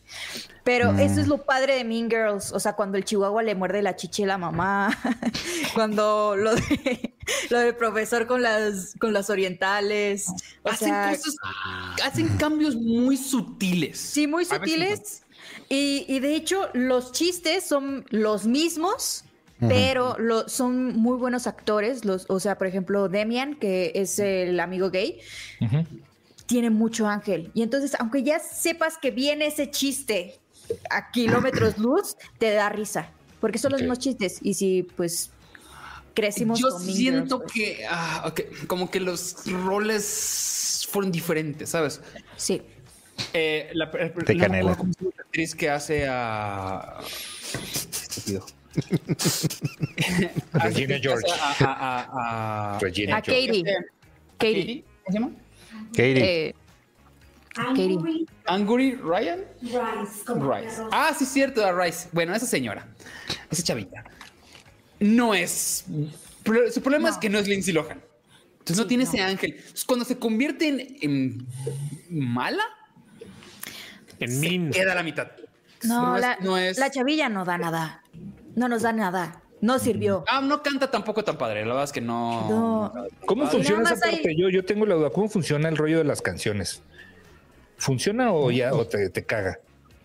F: Pero
B: Mm.
F: eso es lo padre de Mean Girls, o sea, cuando el chihuahua le muerde la chiche a la mamá, [LAUGHS] cuando lo de lo del profesor con las con las orientales, o
B: Hacen
F: sea,
B: cosas,
D: Ah.
B: hacen cambios muy sutiles.
F: sí muy
B: A veces
F: sutiles y, y de hecho los chistes son los mismos. Pero lo- son muy buenos actores, los, o sea, por ejemplo, Demian, que es el amigo gay, tiene mucho ángel. Y entonces, aunque ya sepas que viene ese chiste a kilómetros luz, te da risa. Porque son los
C: Ok.
F: mismos chistes. Y si, pues, crecimos
B: Yo
F: con pues. Mean
B: siento
F: Girls,
B: que ah, ok, como que los roles fueron diferentes, ¿sabes?
F: Sí.
B: Eh, la, per- per-
D: Te
B: no me
D: canela.
B: acuerdo cómo se llama la actriz que hace a.
D: [LAUGHS]
B: Estúpido. Hace-
C: Regina
B: hace
C: George.
B: A, a- a- a-
C: Regina
F: A
C: George.
F: Katie.
B: Este,
F: Katie.
B: ¿Cómo se llama?
D: Katie.
F: eh, Katie.
B: Angry Ryan.
H: Rice. como
B: Rice.
H: perros.
B: Ah, sí, cierto, a Rice. Bueno, esa señora, esa chavita, no es. pro- Su problema es que no es Lindsay Lohan. Entonces no tiene ese ángel. Entonces, cuando se convierte en, en mala,
E: En min.
B: queda a la mitad. Entonces,
F: No,
B: es-
F: la,
B: no es-
F: la chavilla no da nada. No nos da nada. No sirvió.
B: Ah, no canta tampoco tan padre. La verdad es que no.
F: No.
C: ¿Cómo
F: Nada
C: funciona esa
F: más hay-
C: parte? Yo, yo tengo la duda. ¿Cómo funciona el rollo de las canciones? ¿Funciona o ya o te, te caga?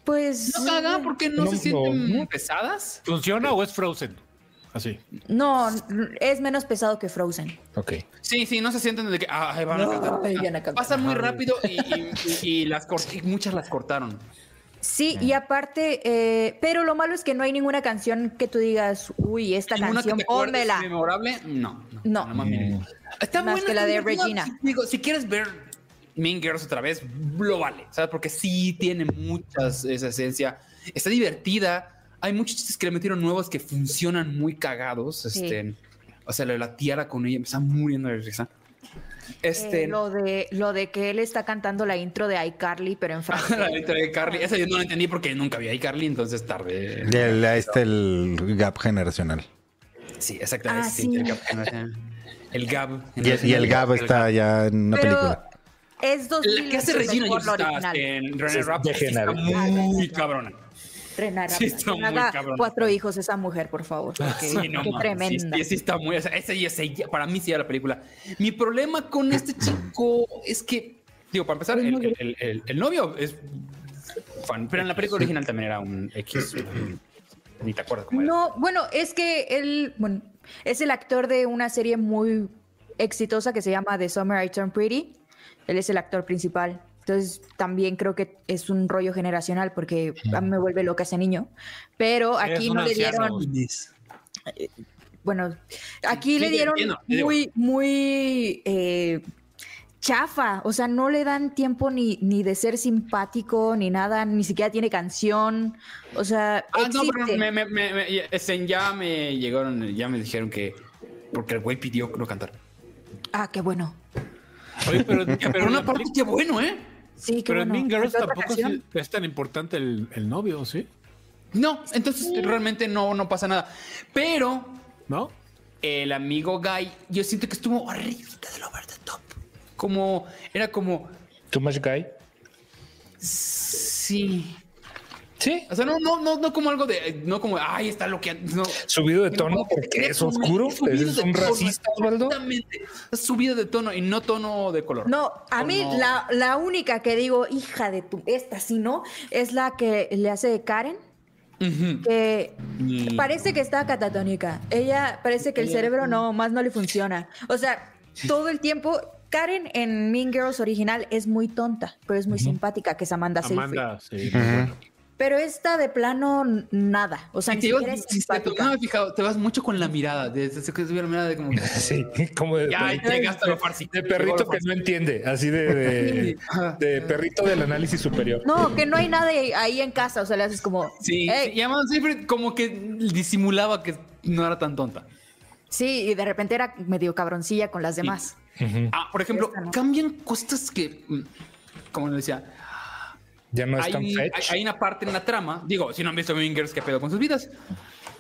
F: Pues
B: No caga porque no,
C: No,
B: se sienten
C: no.
B: pesadas.
E: ¿Funciona o es Frozen? Así.
F: no, es menos pesado que Frozen.
C: Ok.
B: Sí, sí, no se sienten de que ah, ahí van a cantar.
F: ahí van a cantar.
B: Pasa muy rápido y, y- y- y las cort- y muchas las cortaron.
F: Sí, y aparte, eh, pero lo malo es que no hay ninguna canción que tú digas, uy, esta
B: ¿Alguna
F: canción,
B: que te acuerdes
F: pónmela.
B: memorable? No. No.
F: No.
B: nada más miren.
D: Mm.
B: Está
F: Más
B: buena,
F: que la de
B: está divertida.
F: Regina.
B: Digo, si quieres ver Mean Girls otra vez, lo vale, ¿sabes? Porque sí tiene muchas esa esencia. Está divertida. Hay muchos chistes que le metieron nuevos que funcionan muy cagados.
F: Sí.
B: Este, o sea, lo de la tiara con ella me está muriendo de risa. Este,
F: Eh, lo, de, lo de que él está cantando la intro de iCarly, pero en francés.
B: [LAUGHS] [LAUGHS] la letra
F: eh,
B: de Carly. Esa yo no la entendí porque nunca vi a Carly, entonces tarde.
D: Y el- ahí está el gap generacional.
B: Sí, exactamente.
F: Ah,
B: sí,
F: sí.
B: El gap. El gap.
D: Y, el- y el gap está ya en una
F: pero
D: película.
F: es 2000
B: La que hace Regina
F: mejor
B: George
F: la
B: está
F: original.
B: en René
C: Es
B: Rapp está
C: degenerada.
B: muy cabrona.
F: Renar
B: Sí,
F: Rapp,
B: está
F: que
B: muy
F: haga
B: cabrón. Ah,
F: cuatro hijos esa mujer, por favor. porque
B: Sí, no
F: qué
B: mames. Sí,
F: tremenda.
B: sí, sí está muy. o sea, esa ya es ella. Para mí sí era la película. Mi problema con este chico es que, digo, para empezar, el, el- el- el- el novio es fan, pero en la película original también era un X. un- Ni te acuerdas cómo era.
F: No, bueno, es que él, bueno, es el actor de una serie muy exitosa que se llama The Summer I Turned Pretty. Él es el actor principal. Entonces, también creo que es un rollo generacional porque a mí me vuelve loca ese niño. Pero aquí
E: un
F: no le
E: anciano.
F: dieron, bueno, aquí
B: sí,
F: le
B: te
F: dieron
B: entiendo, te digo.
F: muy, muy eh, chafa. O sea, no le dan tiempo ni, ni de ser simpático ni nada, ni siquiera tiene canción. O sea,
B: Ah, no, pero
F: existe.
B: me, me, me- me- ya- este, ya me llegaron, ya me dijeron que. Porque el güey pidió no cantar.
F: ah, qué bueno.
E: Oye, pero,
B: Pero
E: pero,
B: una parte, qué bueno, ¿eh?
F: Sí, qué
E: pero en
F: bueno.
E: Mean Girls
F: ¿Hay otra
E: tampoco
F: canción?
E: es, es tan importante el, el novio, ¿sí?
B: No, entonces realmente no, no pasa nada. Pero
E: ¿No?
B: el amigo Guy, yo siento que estuvo arriba del over the top. Como, era como,
C: Too much guy.
B: sí.
C: Sí.
B: O sea, no, no, no, no como algo de, eh, no como, ay, está lo que no.
C: Subido de
B: Sino
C: tono
B: como que
C: porque
B: quería
C: es
B: comer-
C: oscuro.
B: subido
C: ¿Es
B: de
C: un
B: tono,
C: racista, Osvaldo?
B: Exactamente. Subido de tono y no tono de color.
F: No, a mí
B: Tono-
F: la, la única que digo, hija de tu, esta sí no, es la que le hace de Karen,
B: Ujú.
F: que
B: Y-
F: parece que está catatónica. Ella parece que el cerebro no, más no le funciona. O sea, todo el tiempo, Karen en Mean Girls original es muy tonta, pero es muy simpática, que es Amanda, Seyfried.
E: Amanda,
B: [LAUGHS]
E: sí.
D: Ujú.
F: Pero esta de plano, n- nada. O sea,
B: Y
F: ni
B: te
F: siquiera
B: llevas,
F: es
B: si te-
F: simpática.
B: no me he fijado, te vas mucho con la mirada. Desde que subí la mirada de como.
C: [LAUGHS] Sí, como de,
B: Ya,
C: perrito,
B: llegaste a lo farsi.
C: de perrito que no entiende, así de, de, de perrito del análisis superior.
F: No, que no hay nada ahí en casa. O sea, le haces como.
B: Sí,
F: "Ey,
B: sí, y además siempre como que disimulaba que no era tan tonta.
F: Sí, y de repente era medio cabroncilla con las demás.
B: Ah, por ejemplo,
F: Esta no.
B: cambian cosas que, mm, como les decía,
C: Ya no es
B: hay,
C: tan
B: un- hay-
C: fetch.
B: hay una parte en la trama, digo, si no han visto Mean Girls, ¿qué pedo con sus vidas?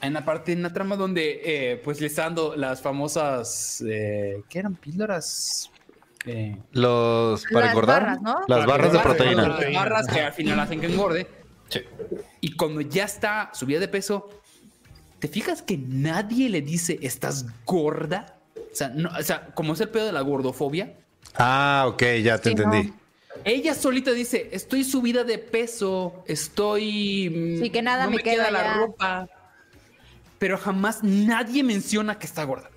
B: Hay una parte en la trama donde eh, pues le están dando las famosas, eh, ¿qué eran? Píldoras... Eh,
D: Los para
F: Las
D: engordar,
F: barras, ¿no?
D: las barras de proteína.
B: Las barras que al final hacen que engorde. Y cuando ya está subida de peso, ¿te fijas que nadie le dice estás gorda? O sea, no- o sea, como es el pedo de la gordofobia,
D: Ah, ok, ya te
F: Sí, no.
D: entendí.
B: ella solita dice estoy subida de peso, estoy. mm,
F: Sí, que nada
B: no
F: me queda
B: la
F: ya.
B: ropa. Pero jamás nadie menciona que está gorda.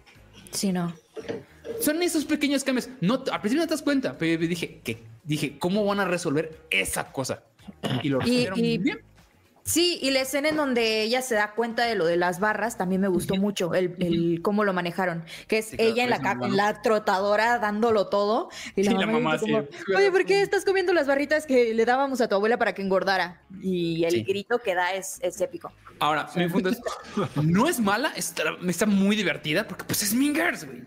F: Sí, no.
B: Son esos pequeños cambios. No, al principio no te das cuenta, pero yo dije que dije cómo van a resolver esa cosa. Y lo
F: Y-
B: resolvieron
F: y-
B: bien.
F: Sí, y la escena en donde ella se da cuenta de lo de las barras también me gustó mucho, el, el cómo lo manejaron, que es
B: Sí, claro,
F: ella en la,
B: parece
F: ca-
B: mamá.
F: en la trotadora dándolo todo. Y la
B: Sí, la
F: mamá,
B: mamá
F: como,
B: así,
F: oye, ¿por qué estás comiendo las barritas que le dábamos a tu abuela para que engordara? Y el
B: Sí.
F: grito que da es, es épico.
B: Ahora, mi punto es, no es mala, está, está muy divertida porque pues es Mean Girls, güey.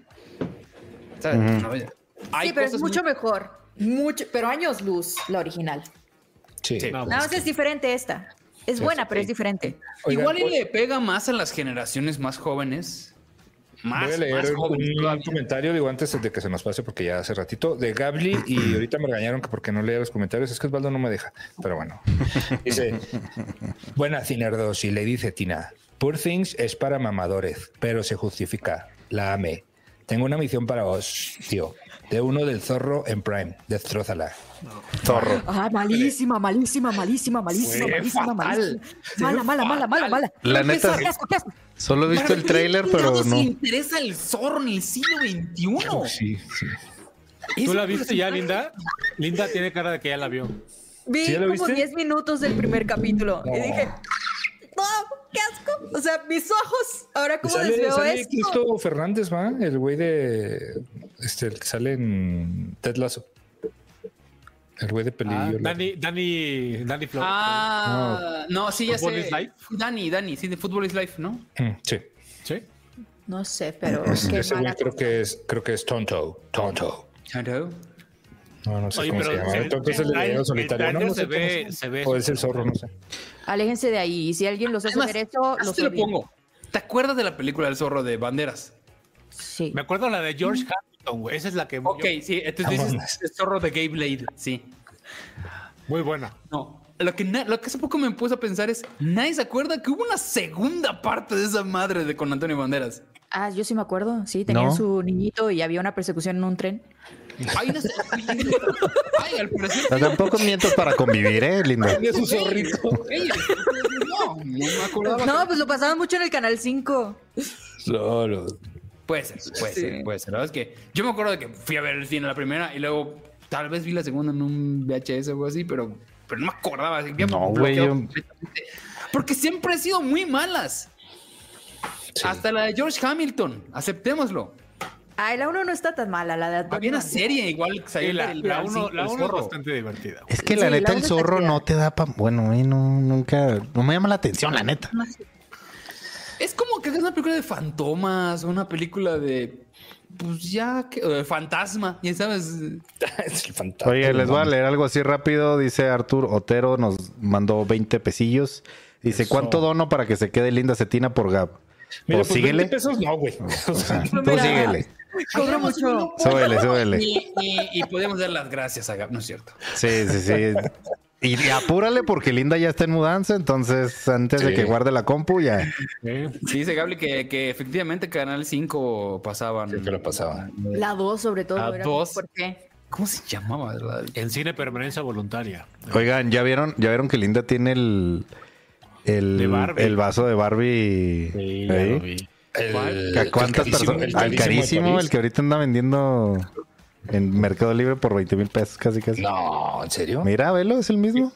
B: ¿Sabes? No, oye, hay
F: sí, pero es
B: cosas
F: mucho
B: muy-
F: mejor. Mucho, pero años luz, la original.
C: Sí.
B: Sí.
E: pues,
F: Nada más es diferente esta. Es
C: Sí,
F: buena,
C: sí,
F: pero
C: sí.
F: es diferente.
C: Oigan,
B: Igual y
C: voy-
B: le pega más a las generaciones más jóvenes. Más,
C: Voy a leer
B: más jóvenes
C: un,
B: todavía.
C: comentario, digo, antes de que se nos pase, porque ya hace ratito, de Gabli, y ahorita me regañaron que porque no leía los comentarios, es que Osvaldo no me deja, pero bueno. Dice, buena Cinerdos, y le dice Tina, Poor Things es para mamadores, pero se justifica, la amé. Tengo una misión para vos, tío, de uno del zorro en Prime, destrozala.
D: Zorro.
F: Ah, malísima, malísima, malísima, malísima,
C: Fue
F: malísima,
C: fatal.
F: malísima. Mala, mala, mala, mala, mala.
D: La
F: Qué
D: neta-
F: asco, qué asco, qué asco.
D: Solo he visto el tráiler, pero
B: se
D: no.
B: interesa el zorro en el siglo XXI?
C: Sí, sí.
E: ¿Tú la viste ya, Linda? Linda tiene cara de que ya la vio.
F: Vi
C: ¿Sí ya lo
F: como
C: viste?
F: 10 minutos del primer capítulo y dije, no, qué asco. O sea, mis ojos, ahora cómo les
C: Sale,
F: veo
C: sale
F: esto.
C: Cristo Fernández, ¿va? El güey de. Este, el que sale en Ted Lasso. El güey de
E: Ah,
C: pelillo.
E: Dani, Dani, Dani Flor.
B: Ah, no, sí, ya
E: ¿Football
B: sé.
E: is life?
B: Dani, Dani, sí, de Football is Life, ¿no?
C: Mm, Sí.
E: ¿Sí?
F: No sé, pero qué
C: Ese güey
F: mala
C: creo que es, creo que es Tonto. Tonto.
B: Claro.
C: No, no sé
E: Oye,
C: cómo se
E: pero
C: llama.
E: se-
C: Entonces el
E: el
C: de
E: daño-
C: solitario.
E: el
C: No,
E: daño
C: no
E: se
C: sé cómo
E: ve- se ve
C: Puede ser zorro, no sé.
F: Aléjense de ahí. y Si alguien los hace
B: Además,
F: ver eso,
B: así
F: los
B: te lo
F: olviden.
B: pongo. ¿Te acuerdas de la película El zorro de banderas?
F: Sí.
E: Me acuerdo la de George Hamilton, güey. Esa es la que.
B: Ok, sí,
C: Ah,
B: entonces dices el zorro de Gabe Blade, sí.
E: Muy buena.
B: No, lo que, na- lo que hace poco me puse a pensar es, nadie se acuerda que hubo una segunda parte de esa madre de con Antonio Banderas.
F: Ah, yo sí me acuerdo. Sí, tenían
D: No.
F: su niñito y había una persecución en un tren.
B: Hay una [LAUGHS] Ay, al parecer...
D: Pero Tampoco mientas para convivir, ¿eh, linda?
C: Tiene su zorrito.
B: Ey, No, no me acordaba.
F: No, pues lo pasaban mucho en el Canal 5.
D: [LAUGHS]
C: Solo.
B: Puede ser, puede ser, puede ser. La verdad es que yo me acuerdo de que fui a ver el cine la primera y luego tal vez vi la segunda en un VHS o algo así, pero, pero no me acordaba. así, bien
D: No,
B: bloqueado
D: güey, yo-
B: completamente. Porque siempre han sido muy malas. Hasta la de George Hamilton, aceptémoslo.
F: Ah, la 1 no está tan mala, la de
B: Había
F: Antonio
B: una
F: Banderas.
B: serie igual que salió
E: Sí, la,
B: del
E: la
B: Canal
E: uno,
B: cinco,
E: la
B: El
E: uno es
B: Zorro.
E: bastante divertida. güey.
D: Es que la
F: Sí,
D: neta
F: la
D: el
F: otra
D: zorro
F: está
D: no te da pa... Bueno, a mí no, nunca... No me llama la atención, la neta.
B: Es como que es una película de fantomas, una película de. Pues ya, que, eh, fantasma, ya sabes.
C: Es el fantasma.
D: Oye, les voy a leer algo así rápido. Dice Artur Otero, nos mandó 20 pesillos. Dice,
C: Eso.
D: ¿cuánto dono para que se quede linda cetina por Gab?
C: Mira,
D: o
C: pues, 20
D: síguele. Ah,
C: pesos no,
D: [LAUGHS]
C: güey. O sea,
D: Tú
B: Mira.
D: síguele.
F: Cobro mucho.
D: Súbele, súbele.
B: Y, y- y podemos dar las gracias a Gab, ¿no es cierto?
D: Sí, sí, sí. Y, y apúrale porque Linda ya está en mudanza, entonces antes de
C: Sí.
D: que guarde la compu ya.
B: Sí, dice Gable que, que efectivamente Canal 5 pasaban.
C: que lo pasaba.
F: La 2 sobre todo.
B: La
F: era
B: dos.
F: ¿Por qué?
B: ¿Cómo se llamaba? verdad?
E: En cine permanencia voluntaria.
D: Oigan, ya vieron, ya vieron que Linda tiene el el,
E: De Barbie.
D: el vaso de Barbie. ahí?
C: El,
D: ¿A cuántas
C: el carísimo-
D: personas?
C: el
D: Al
C: de
D: carísimo,
C: París.
D: el que ahorita anda vendiendo en Mercado Libre por 20 mil pesos, casi casi.
C: No, ¿en serio?
D: Mira, velo, es el mismo.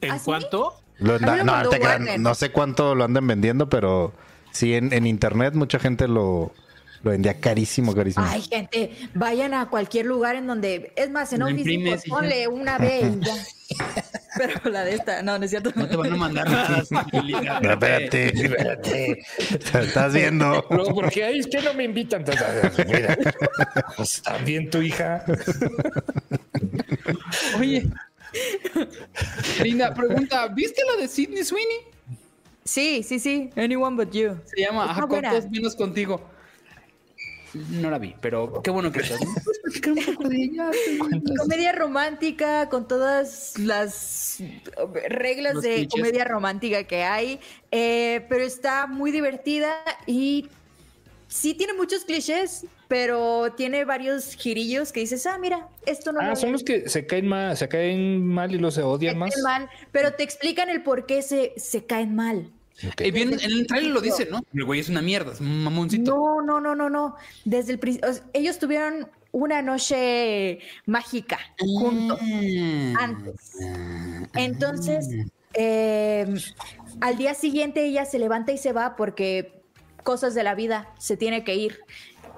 E: ¿En
F: ¿Ah, sí?
E: cuánto?
D: Lo-
F: mí
D: na-
F: me
D: no,
F: mandó
D: te crean,
F: Warner.
D: no sé cuánto lo andan vendiendo, pero sí en, en internet mucha gente lo, lo vendía carísimo, carísimo.
F: Ay, gente, vayan a cualquier lugar en donde. Es más, en
B: Lo
F: Office
B: imprimes
F: pues,
B: y ya.
F: ponle una B y ya. [LAUGHS] Pero la de esta, no, no es cierto.
B: No te van a [LAUGHS] mandar nada.
D: No, espérate,
C: Espérate.
D: te estás viendo.
C: No, porque ahí es que no me invitan. Mira,
D: [LAUGHS]
C: pues también tu hija.
B: Oye. Linda, pregunta: ¿viste la de Sidney Sweeney?
F: Sí, sí, sí. Anyone but you.
B: Se llama
F: Está
B: Ajá, con
F: buena.
B: todos menos contigo. No la vi, pero qué bueno que estás.
F: [LAUGHS]
B: ¿no? Puedes platicar un poco de ella?
F: Comedia romántica con todas las reglas
B: Los
F: de
B: clichés.
F: comedia romántica que hay, eh, pero está muy divertida y sí tiene muchos clichés, pero tiene varios girillos que dices, ah, mira, esto no lo
C: Ah, son
F: había
C: los que se caen mal, se caen mal y los se odian más.
F: visto mal, pero te explican el por qué se, se caen mal.
C: Ok.
B: Eh, bien, en el trailer lo dice, ¿no? El güey es una mierda, es un mamoncito.
F: No, no, no, no, no. Desde el principio, ellos tuvieron una noche mágica juntos.
B: Mm.
F: antes. Entonces, eh, al día siguiente ella se levanta y se va porque cosas de la vida se tiene que ir.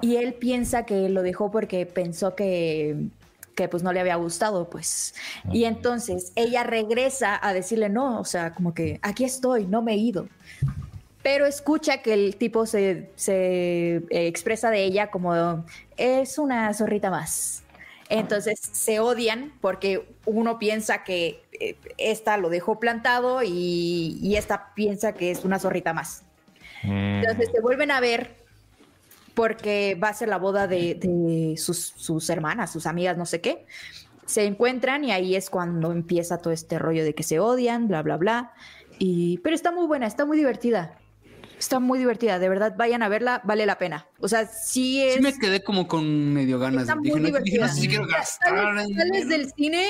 F: Y él piensa que lo dejó porque pensó que, que pues no le había gustado, pues. Y entonces ella regresa a decirle no, o sea, como que aquí estoy, no me he ido. Pero escucha que el tipo se, se eh, expresa de ella como es una zorrita más. Entonces se odian porque uno piensa que eh, esta lo dejó plantado y, y esta piensa que es una zorrita más. Entonces se vuelven a ver porque va a ser la boda de, de sus, sus hermanas, sus amigas, no sé qué. Se encuentran y ahí es cuando empieza todo este rollo de que se odian, bla, bla, bla. Y, pero está muy buena, está muy divertida. Está muy divertida, de verdad, vayan a verla, vale la pena. O sea, sí es...
B: Sí me quedé como con medio ganas.
F: Está
B: de- Dije,
F: muy
B: no, dije,
F: divertida.
B: no sé si quiero gastar.
F: sales,
B: en-
F: sales del cine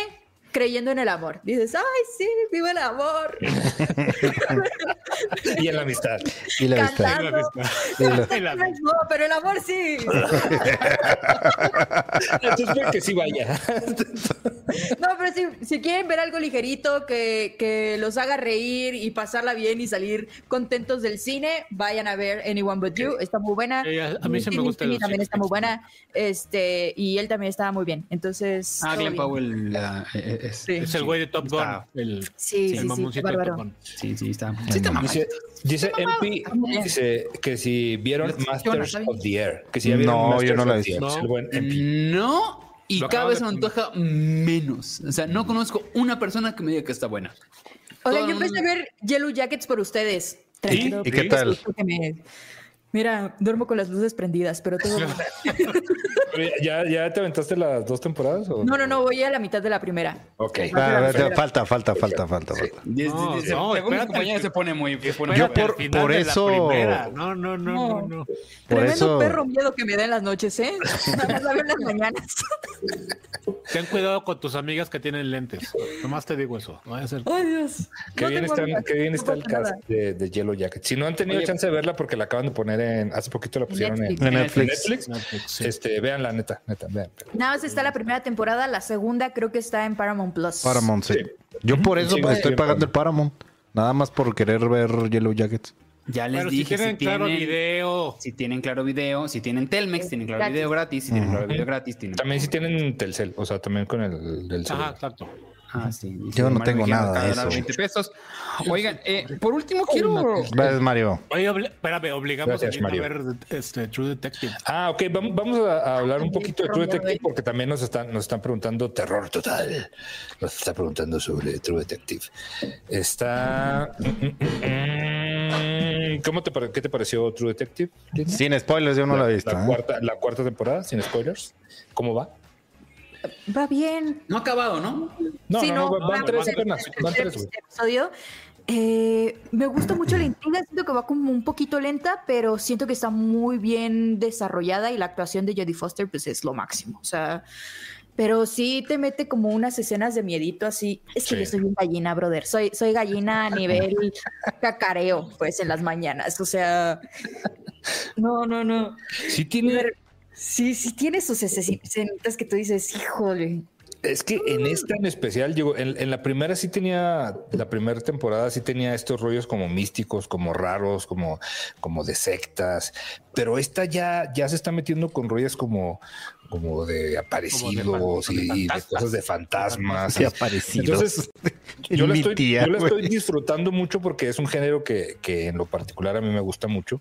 F: creyendo en el amor. Dices, ay, sí, viva el amor.
C: Y en la amistad.
D: Y la vista.
F: Cantando.
D: Ah,
F: [LAUGHS] No, pero el amor sí.
C: Ah, Entonces, espero que sí vaya.
F: No, pero si, si quieren ver algo ligerito que, que los haga reír y pasarla bien y salir contentos del cine, vayan a ver Anyone But You. Está muy buena.
E: Eh, a- a mí se me
F: Tim
E: gusta
F: Timmy
E: los
F: también
E: Six
F: está muy buena. Este, y él también estaba muy bien. Entonces.
B: Ah,
F: todo
B: Glenn Powell. la- eh, eh, es-
F: Sí.
E: Es el güey de Top Gun.
B: Está-
E: El,
F: Sí, sí,
E: el
F: sí,
E: mamoncito de
F: bárbaro.
E: Top Gun.
B: Sí, sí, está. Sí,
F: Ah,
B: está mamá.
C: Dice, dice MP dice que si vieron
B: Funciona,
C: Masters
B: está bien.
C: of the Air. Que si ya vieron
D: No,
C: Masters
D: yo no la
C: of
D: he
C: the
D: visto.
C: Air, es el buen MP.
B: No, y
E: Lo
B: cada
E: acabo
B: vez se
E: de
B: me antoja menos. O sea, no conozco una persona que me diga que está buena.
F: O sea,
B: Todo
F: yo
B: el mundo-
F: empecé a ver Yellow Jackets por ustedes. Tranquilo,
D: ¿Y qué tal?
F: porque me- Mira, duermo con las luces prendidas, pero todo. bien.
C: ¿Ya, ¿Ya te aventaste las dos temporadas? O?
F: No, no, no, voy a la mitad de la primera.
C: Ok.
D: Ah, vete, falta, falta, falta, falta, falta.
B: Desde-
E: No,
B: desde-
E: no,
B: según mis
E: espérate.
B: compañeros se pone muy. se pone
D: Yo
B: muy-
D: por-
E: Al final
D: por
E: de la
D: eso-
E: primera. No, no, no, no, no.
D: Por
F: Tremendo
D: eso.
F: perro miedo que me da en las noches, ¿eh? [LAUGHS] Nada más la veo en las mañanas.
E: Ten cuidado con tus amigas que tienen lentes. Nomás te digo eso. No vaya a ser.
I: ¡Ay, Dios!
C: Qué
F: No
C: bien,
F: tengo
C: están-
F: amigas,
C: qué bien
F: no
C: está el
F: pasa nada.
C: cast de, de Yellow Jacket. Si no han tenido
B: Oye.
C: chance de verla porque la acaban de poner en. Hace poquito la pusieron
F: Netflix.
C: en,
D: En Netflix.
C: Netflix.
E: Sí.
C: Este, vean la neta, neta, vean.
F: Nada más está la primera temporada, la segunda creo que está en Paramount Plus.
D: Paramount, sí. Yo por eso
C: Sí,
D: estoy
C: sí,
D: pagando el Paramount. Nada más por querer ver Yellow Jackets.
B: Ya les
E: Pero si
B: dije,
E: tienen
B: si
E: claro
B: tienen,
E: video.
B: si tienen claro video, si tienen Telmex, tienen claro
F: Gratis.
B: video gratis, si tienen claro video gratis, tienen.
C: También si tienen Telcel, o sea, también con el del
E: Ajá,
C: celular.
E: exacto.
B: Ah, sí. dice
D: Yo no
B: Mario
D: tengo
B: Mejía,
D: nada de
B: cada dólar
D: eso.
B: 20 pesos. Oigan, eh, por último quiero.
D: Gracias, Mario.
E: Oye, obli- espérame, obligamos
C: Gracias,
E: a, Lina a
C: Mario.
E: ver este, True Detective.
C: Ah, ok, vam- vamos a, a hablar un
F: Ay,
C: poquito de
F: qué
C: True
F: horror,
C: Detective
F: eh.
C: porque también nos están, nos están preguntando terror total. Nos está preguntando sobre True Detective. Está... mm, ¿Cómo te, pare- ¿Qué te pareció True Detective?
D: Sin spoilers, yo no la he visto.
C: La
D: ¿eh?
C: cuarta, la cuarta temporada, sin spoilers. ¿Cómo va?
F: Va bien.
B: No ha acabado, ¿no?
C: No,
F: Sí,
C: no, no, van,
F: va-
C: tres
F: el-
C: apenas.
F: el
C: Van
F: tercer
C: tres, güey.
F: episodio. Eh, me gusta mucho la intriga, siento que va como un poquito lenta, pero siento que está muy bien desarrollada y la actuación de Jodie Foster pues es lo máximo, o sea, pero sí te mete como unas escenas de miedito así, es que
C: Sí.
F: yo soy un gallina, brother, soy, soy gallina a nivel cacareo, pues en las mañanas, o sea, no, no, no.
C: Sí tiene...
F: Sí, sí tiene sus escenitas que tú dices, híjole.
C: Es que en esta en especial, digo, en, en la primera sí tenía, la primera temporada sí tenía estos rollos como místicos, como raros, como, como de sectas, pero esta ya, ya se está metiendo con rollos como, como de aparecidos
E: fan- de
C: y- y, de
E: fantasmas.
C: cosas de fantasmas.
D: Sí, aparecidos. [LAUGHS]
C: Entonces, yo la
D: Mi
C: estoy,
D: tía,
C: yo la
D: güey.
C: estoy disfrutando mucho porque es un género que, que en lo particular a mí me gusta mucho.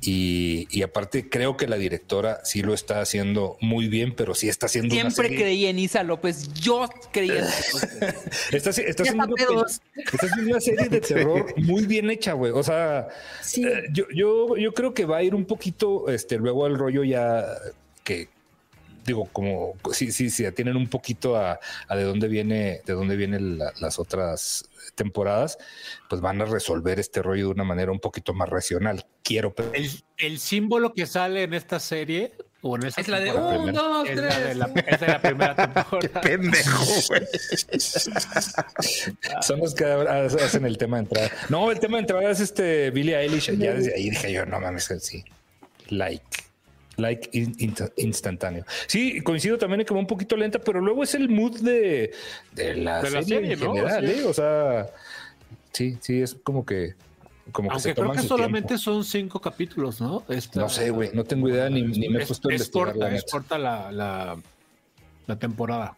C: Y, y aparte creo que la directora sí lo está haciendo muy bien, pero sí está haciendo una
B: Siempre
C: serie-
B: creí en Isa López. Yo creía en Isa López.
C: Esta, se- esta,
F: Ya
C: es una,
F: está pedos.
C: esta es una serie de terror muy bien hecha, güey. O sea,
F: Sí.
C: eh, yo, yo, yo creo que va a ir un poquito este, luego al rollo ya que digo, como sí, sí, sí, tienen un poquito a, a de dónde viene, de dónde vienen la- las otras temporadas, pues van a resolver este rollo de una manera un poquito más racional. Quiero pe-
E: El, el símbolo que sale en esta serie o en esta
B: Es la de
E: temporada,
B: un, dos,
E: es la de
B: tres.
E: la, es de
B: [LAUGHS]
E: la primera temporada.
D: Pendejo, güey.
C: son los que ha- hacen el tema de entrada. No, el tema de entrada es este Billie Eilish. Ya desde ahí dije yo, no mames, sí. Like. Like in- insta- instantáneo. Sí, coincido también en que va un poquito lenta, pero luego es el mood de, de la
E: De la
C: serie,
E: serie,
C: en
E: ¿no?
C: general,
E: Sí.
C: ¿eh? O sea, sí, sí, es como que. Como que se
E: Aunque creo
C: toman
E: que
C: su
E: solamente
C: tiempo.
E: son cinco capítulos, ¿no? Esta-
C: No sé, güey, no tengo idea ni, ni me he
E: es-
C: puesto a
E: es
C: investigar.
E: corta,
C: la
E: es
C: neta.
E: corta la, la, la temporada.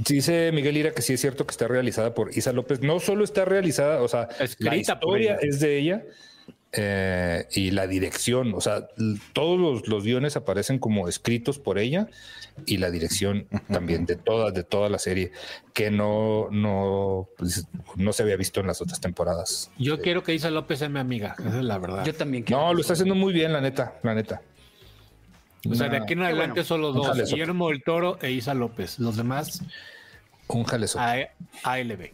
C: Dice Miguel Ira que sí es cierto que está realizada por Isa López. No solo está realizada, o sea, la
E: Escrita por
C: historia
E: ella.
C: es de ella. eh, y la dirección. O sea, l- todos los, los guiones aparecen como escritos por ella y la dirección también de todas, de toda la serie, que no, no, pues, no se había visto en las otras temporadas.
E: Yo quiero que Isa López sea mi amiga, esa es la verdad.
B: Yo también quiero.
C: No, lo está haciendo muy bien, la neta, la neta.
E: o sea, de
C: Una-
E: aquí en adelante
B: bueno.
E: solo
C: Ojalá
E: dos,
C: eso.
E: Guillermo del Toro e Isa López. Los demás,
C: Un jalezo.
E: a ALB.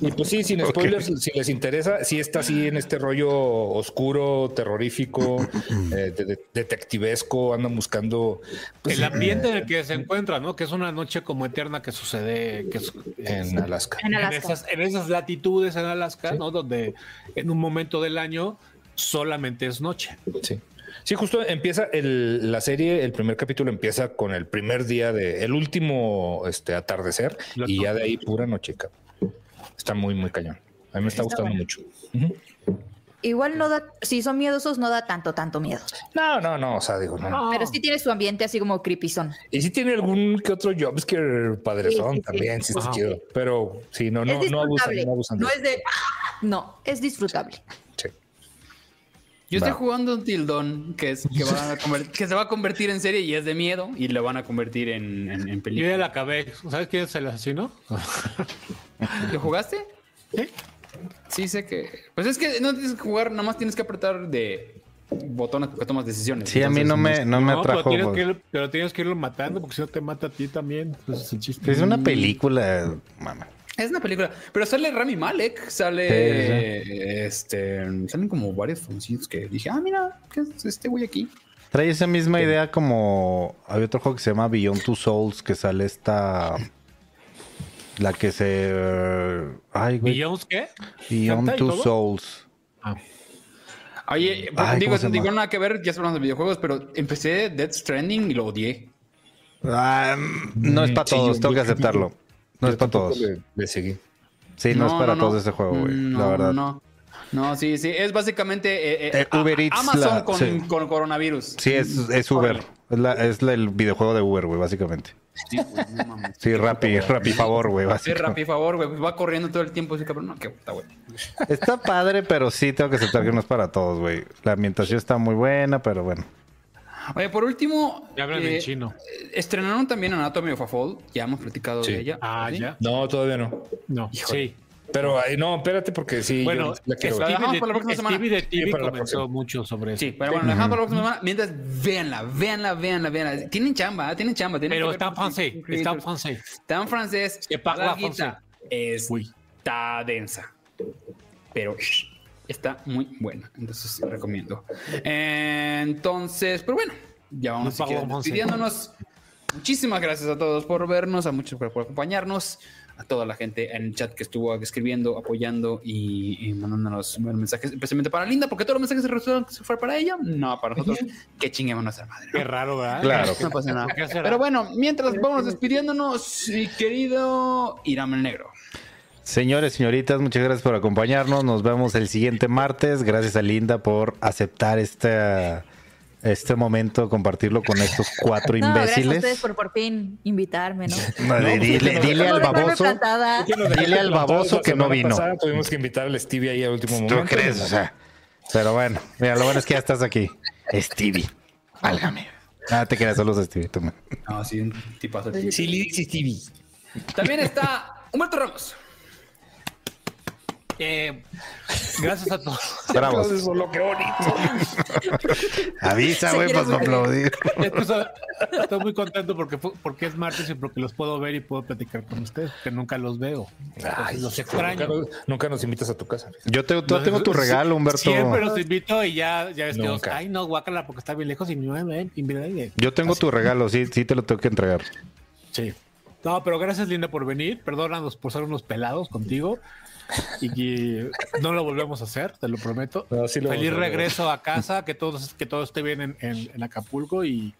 C: Y pues sí, sin spoilers, si les interesa, sí está así en este rollo oscuro, terrorífico,
E: [CLEARS THROAT]
C: eh, de- de- detectivesco, andan buscando pues,
E: el ambiente en el que se encuentra, ¿no? Que es una noche como eterna que sucede que su-
C: en Alaska.
E: en,
F: En Alaska.
E: esas, en esas latitudes en Alaska, ¿no? Donde en un momento del año solamente es noche.
C: Sí. Sí, justo empieza el- la serie, el primer capítulo empieza con el primer día de el último este atardecer
E: Lo
C: y ya de ahí pura noche. cabrón. Está muy muy cañón. A mí me está gustando mucho. Ujú.
F: Igual no da, si son miedosos, no da tanto, tanto miedo.
C: No, no, no, o sea, digo, no. no.
F: Pero sí tiene su ambiente así como creepyzón.
C: Y sí tiene algún que otro jumpscare padrezón
F: Sí, sí, sí.
C: también, sí está
E: Ajá.
C: chido. Pero sí, no, no,
F: es
C: no abusan,
F: disfrutable.
C: no abusan.
F: no es de. ¡ah! No, es disfrutable.
C: Sí.
B: Yo estoy
C: Va.
B: jugando un tildón que, es, que,
D: [LAUGHS]
B: van a conver- que se va a convertir en serie y es de miedo y lo van a convertir en, en, en
E: Yo
B: película.
E: ya la acabé. ¿Sabes quién es el asesino?
B: ¿Lo jugaste?
E: Sí.
B: Sí, sé que. Pues es que no tienes que jugar, nada más tienes que apretar de botones porque tomas decisiones.
D: Sí, a mí
B: Entonces,
D: no me, no me
E: No, pero
D: atrajo.
E: tienes,
D: pues.
E: que ir- pero tienes que irlo matando porque si no te mata a ti también. Pues es el chiste.
D: Es una película, mamá.
B: Es una película. Pero sale Rami Malek, sale.
D: Sí,
B: Este. Salen como varios foncitos que dije, ah, mira, ¿qué es este güey aquí?
D: Trae esa misma idea como hay otro juego que se llama Beyond Two Souls que sale esta la que se eh, ay güey
E: ¿Billions qué?
D: Beyond
E: ¿Canta y
D: Two
E: todo?
D: Souls
B: Oye,
D: Ay,
B: digo,
D: ¿cómo se
B: digo
D: llama?
B: nada que ver, ya se hablamos de videojuegos, pero empecé Death Stranding y lo odié.
D: Ah, mm, no es para
C: Sí,
D: todos
C: yo-
D: tengo que
C: yo tampoco-
D: aceptarlo no es
C: Yo tampoco
D: para todos
C: Le, le seguí.
D: sí no, es para todos ese juego güey
B: Mm,
D: la
B: no,
D: verdad
B: No, no, sí, sí. Es básicamente eh, eh,
D: Eh, Uber Eats,
B: Amazon
D: la-
B: con,
D: sí.
B: con coronavirus.
D: sí es es Uber es, la- es la- el videojuego de Uber güey básicamente
B: Sí, güey, no mames.
D: sí Rappi Rappi favor güey
B: Sí,
D: básicamente.
B: Rappi, favor, güey. pues Va corriendo todo el tiempo ese cabrón. No, qué puta, güey.
D: está padre pero sí tengo que aceptar que no es para todos güey la ambientación está muy buena pero bueno
B: Oye, por último.
E: Ya hablan
B: eh,
E: en chino.
B: Estrenaron también Anatomy of a Fall. Ya hemos platicado
C: Sí.
B: de ella.
E: Ah,
B: ¿sí?
E: ya.
C: No, todavía no.
E: No. Sí.
C: Pero ay, no, espérate porque sí. yo
E: Bueno,
C: la quiero
B: La
C: ver.
B: dejamos para la próxima
E: Stevie,
B: semana.
E: Stevie de
C: Sí,
E: TV
C: para la próxima.
E: comenzó mucho sobre eso.
B: Sí, pero bueno, la dejamos para la próxima semana. Mientras, véanla, véanla, véanla, véanla. Tienen chamba, ¿eh? tienen chamba. tienen que
E: Pero
B: ver
E: está en
B: con-
E: francés.
B: con
E: Está en
B: creators.
E: francés.
B: Está en francés.
E: Se parla
B: larguita. Es
E: Uy.
B: está densa, pero shh, está muy buena. Entonces sí, recomiendo. Entonces, pues bueno, ya vamos
E: Nos
B: a ir
E: vamos, sí.
B: despidiéndonos. Muchísimas gracias a todos por vernos, a muchos por, por acompañarnos, a toda la gente en el chat que estuvo escribiendo, apoyando y, y mandándonos mensajes, especialmente para Linda, porque todos los mensajes se resultaron que se fue para ella, no para nosotros. Que chinguemos nuestra madre. ¿no?
E: Qué raro, ¿verdad?
D: Claro.
B: No pasa nada.
E: ¿Por qué será?
B: Pero bueno, mientras vamos despidiéndonos, mi querido Irán el Negro.
D: Señores, señoritas, muchas gracias por acompañarnos. Nos vemos el siguiente martes. Gracias a Linda por aceptar este, este momento, compartirlo con estos cuatro
F: No, gracias a
D: imbéciles.
F: ustedes por por fin
C: [LAUGHS]
F: invitarme, ¿no? pues,
D: No, di- dile, dile
F: No
D: al
F: dejarme
D: baboso.
F: plantada.
D: Dile al baboso
C: La
D: que no
C: semana
D: vino.
C: pasada tuvimos que invitar al Stevie ahí al último momento.
D: ¿Tú crees? O sea, pero bueno, mira, lo bueno es que ya estás aquí. Stevie, álgame. Ah, te quedas solos, Stevie. Tú, man.
B: Ah, sí, un tipazo.
C: Sí, Lidix y Stevie.
B: También está Humberto Ramos.
E: Eh, gracias a todos.
D: Bravos.
C: Eso es lo que bonito.
D: [LAUGHS] Avisa,
F: Se
D: güey,
F: quiere
D: pues para
F: morir.
D: aplaudir.
E: [LAUGHS] Esto es- Estoy muy contento porque, fu- porque es martes y porque los puedo ver y puedo platicar con ustedes, que nunca los veo. Entonces, los
C: Nunca,
E: extraño.
C: nos- nunca nos invitas a tu casa.
D: Yo te, yo tengo tu regalo, Humberto.
E: Siempre los invito y ya, ya ves que los-
C: Nunca.
E: ay no, guácala porque está bien lejos y no me invitan.
D: Yo tengo tu regalo, sí, sí te lo tengo que entregar.
E: Sí. No, pero gracias Linda por venir. Perdónanos por ser unos pelados contigo. Y que no lo volvemos a hacer, te lo prometo.
C: No, sí lo
E: Feliz
C: vamos a volver.
E: regreso a casa, que todo, que todo esté bien en, en- en Acapulco y,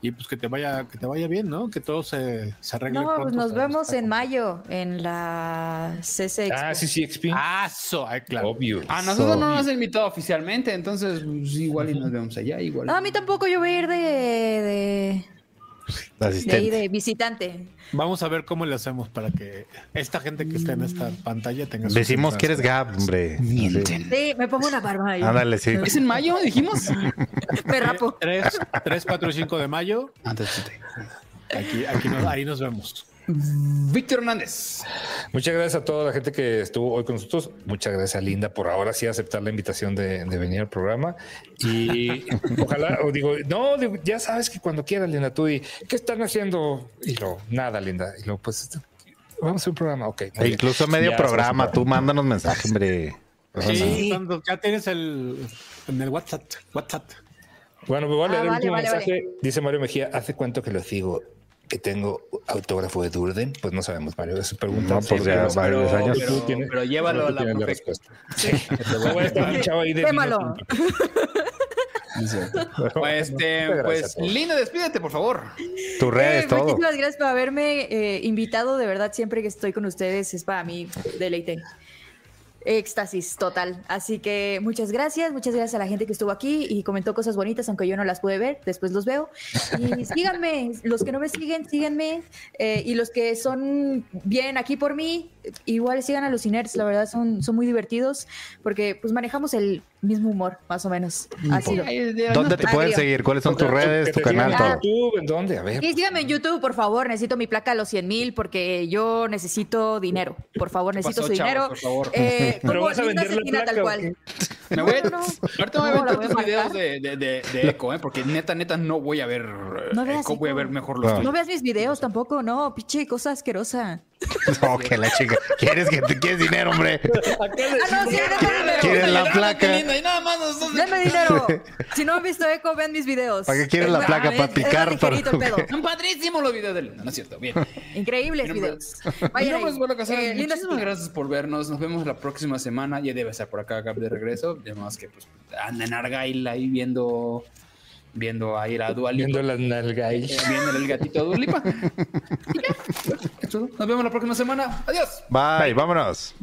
E: y pues que te vaya, que te vaya bien, ¿no? Que todo se, se arregle.
F: No, pues
E: pronto
F: nos
E: para
F: vemos
E: estar
F: en mayo en la CCX.
C: Ah, sí, sí, XP.
E: con- Ah, eso, ay, claro.
C: Obvio.
B: A nosotros
D: So-
B: no nos han invitado oficialmente,
C: Ah,
B: entonces pues, igual y nos vemos allá, igual.
F: No, a mí tampoco, yo voy a ir de, de, De ahí
D: asistente.
F: de visitante.
E: Vamos a ver cómo le hacemos para que esta gente que está en
F: Mm.
E: esta pantalla tenga sus
D: Decimos que eres
E: entradas.
D: Gab, hombre.
F: Sí, me pongo una barba ahí.
D: Ándale, sí.
B: ¿Es en mayo, dijimos?
F: Me rapo.
E: 3, 3, 4 y 5 de mayo.
B: Antes
E: Aquí, aquí nos- ahí nos vemos.
B: Víctor Hernández.
C: Muchas gracias a toda la gente que estuvo hoy con nosotros. Muchas gracias a Linda por ahora sí aceptar la invitación de, de venir al programa. Y [LAUGHS] ojalá, o digo, no, digo, ya sabes que cuando quieras, Linda, tú y ¿qué están haciendo? Y lo, nada, Linda. Y lo, pues vamos a hacer un programa. Ok. muy
D: E
C: bien.
D: incluso medio
C: Ya,
D: programa,
C: vamos a-
D: tú mándanos mensaje, hombre.
E: Sí, cuando ya tienes el en el WhatsApp, WhatsApp.
C: Bueno, me voy a
F: Ah,
C: leer el
F: vale,
C: último
F: vale,
C: mensaje. Dice Mario Mejía, ¿hace cuánto que lo sigo? Que tengo autógrafo de Durden. Pues no sabemos, Mario, es su pregunta.
D: No, pues
C: Sí,
D: ya
C: pero-
D: varios
C: pero-
D: años.
C: pero tiene-
B: Pero llévalo a la
C: tiene
B: profe.
C: respuesta. Sí. Luego está un chavo ahí [LAUGHS] de
F: Quémalo.
C: vino [LAUGHS]
B: Pues, este,
C: Oh, Muchas gracias
B: pues
C: a todos.
B: Linda, despídete, por favor.
D: Tu red
F: Eh,
D: es todo.
F: muchísimas gracias por haberme eh, invitado. De verdad, siempre que estoy con ustedes es para mí deleite. Éxtasis total. Así que muchas gracias, muchas gracias a la gente que estuvo aquí y comentó cosas bonitas, aunque yo no las pude ver, después los veo. Y síganme, los que no me siguen, síganme. eh, y los que son, vienen aquí por mí, igual sigan a los inerts, la verdad son, son muy divertidos porque pues manejamos el mismo humor, más o menos. Así lo-
D: ¿Dónde te pueden
F: Mario.
D: seguir? ¿Cuáles son tus
C: Que
D: redes,
C: te
D: tu
C: sigan
D: canal,
C: en
D: todo?
C: YouTube, ¿en dónde? A ver.
F: Y síganme en YouTube, por favor. Necesito mi placa a los 100 mil porque yo necesito dinero. Por favor, necesito
B: pasó,
F: su
B: chavos?
F: dinero.
B: Por favor. [LAUGHS]
F: Eh,
C: ¿Pero
F: como
C: vas a
F: Linda
C: vender la
F: Cetina,
C: placa
F: tal
C: o
F: cual.
B: Me voy,
F: [LAUGHS] No, no.
B: Ahorita me voy
F: No,
B: a
F: la
B: ver
F: voy a
B: todos tus videos
F: marcar.
B: de, de, de, de eco, ¿eh? porque neta, neta, no voy a ver. eh,
F: No veas
B: eco, voy a
F: eco.
B: ver mejor los
D: No.
F: No
B: tuyos.
F: veas mis videos tampoco, no, pinche cosa asquerosa.
D: [LAUGHS] No, que la chica. ¿Quieres que te quieres dinero, hombre?
F: Ah, no, sí, denme dinero.
D: ¿Quieres la placa?
B: Linda, y nada más nos dos-
F: Denme
D: [LAUGHS]
F: dinero. Si no han visto Eco, vean mis videos.
D: ¿Para qué quieres la
F: Es-
D: placa?
F: es-
D: ¿Para
F: es más
D: picar?
F: ligerito el
D: ¿Para
F: pedo.
B: Son padrísimos los videos de Linda, no es cierto.
F: [LAUGHS]
B: Bien. Pues,
F: Increíbles
B: Mi nombre-
F: videos.
B: Mi
D: pues.
F: Vayan
B: nombre
F: ahí.
B: es Pablo Casares.
F: Eh, Linda
B: Muchísimas
F: Cetina.
B: gracias por vernos. Nos vemos la próxima semana. Ya debe estar por acá, Gab, de regreso. Además que pues anda en Argyle ahí viendo, viendo a ir a Dual
C: Viendo la nalga ahí.
B: Eh, Viendo el gatito
D: [LAUGHS]
B: Dulipa. Nos vemos la próxima semana. Adiós.
D: Bye, vámonos.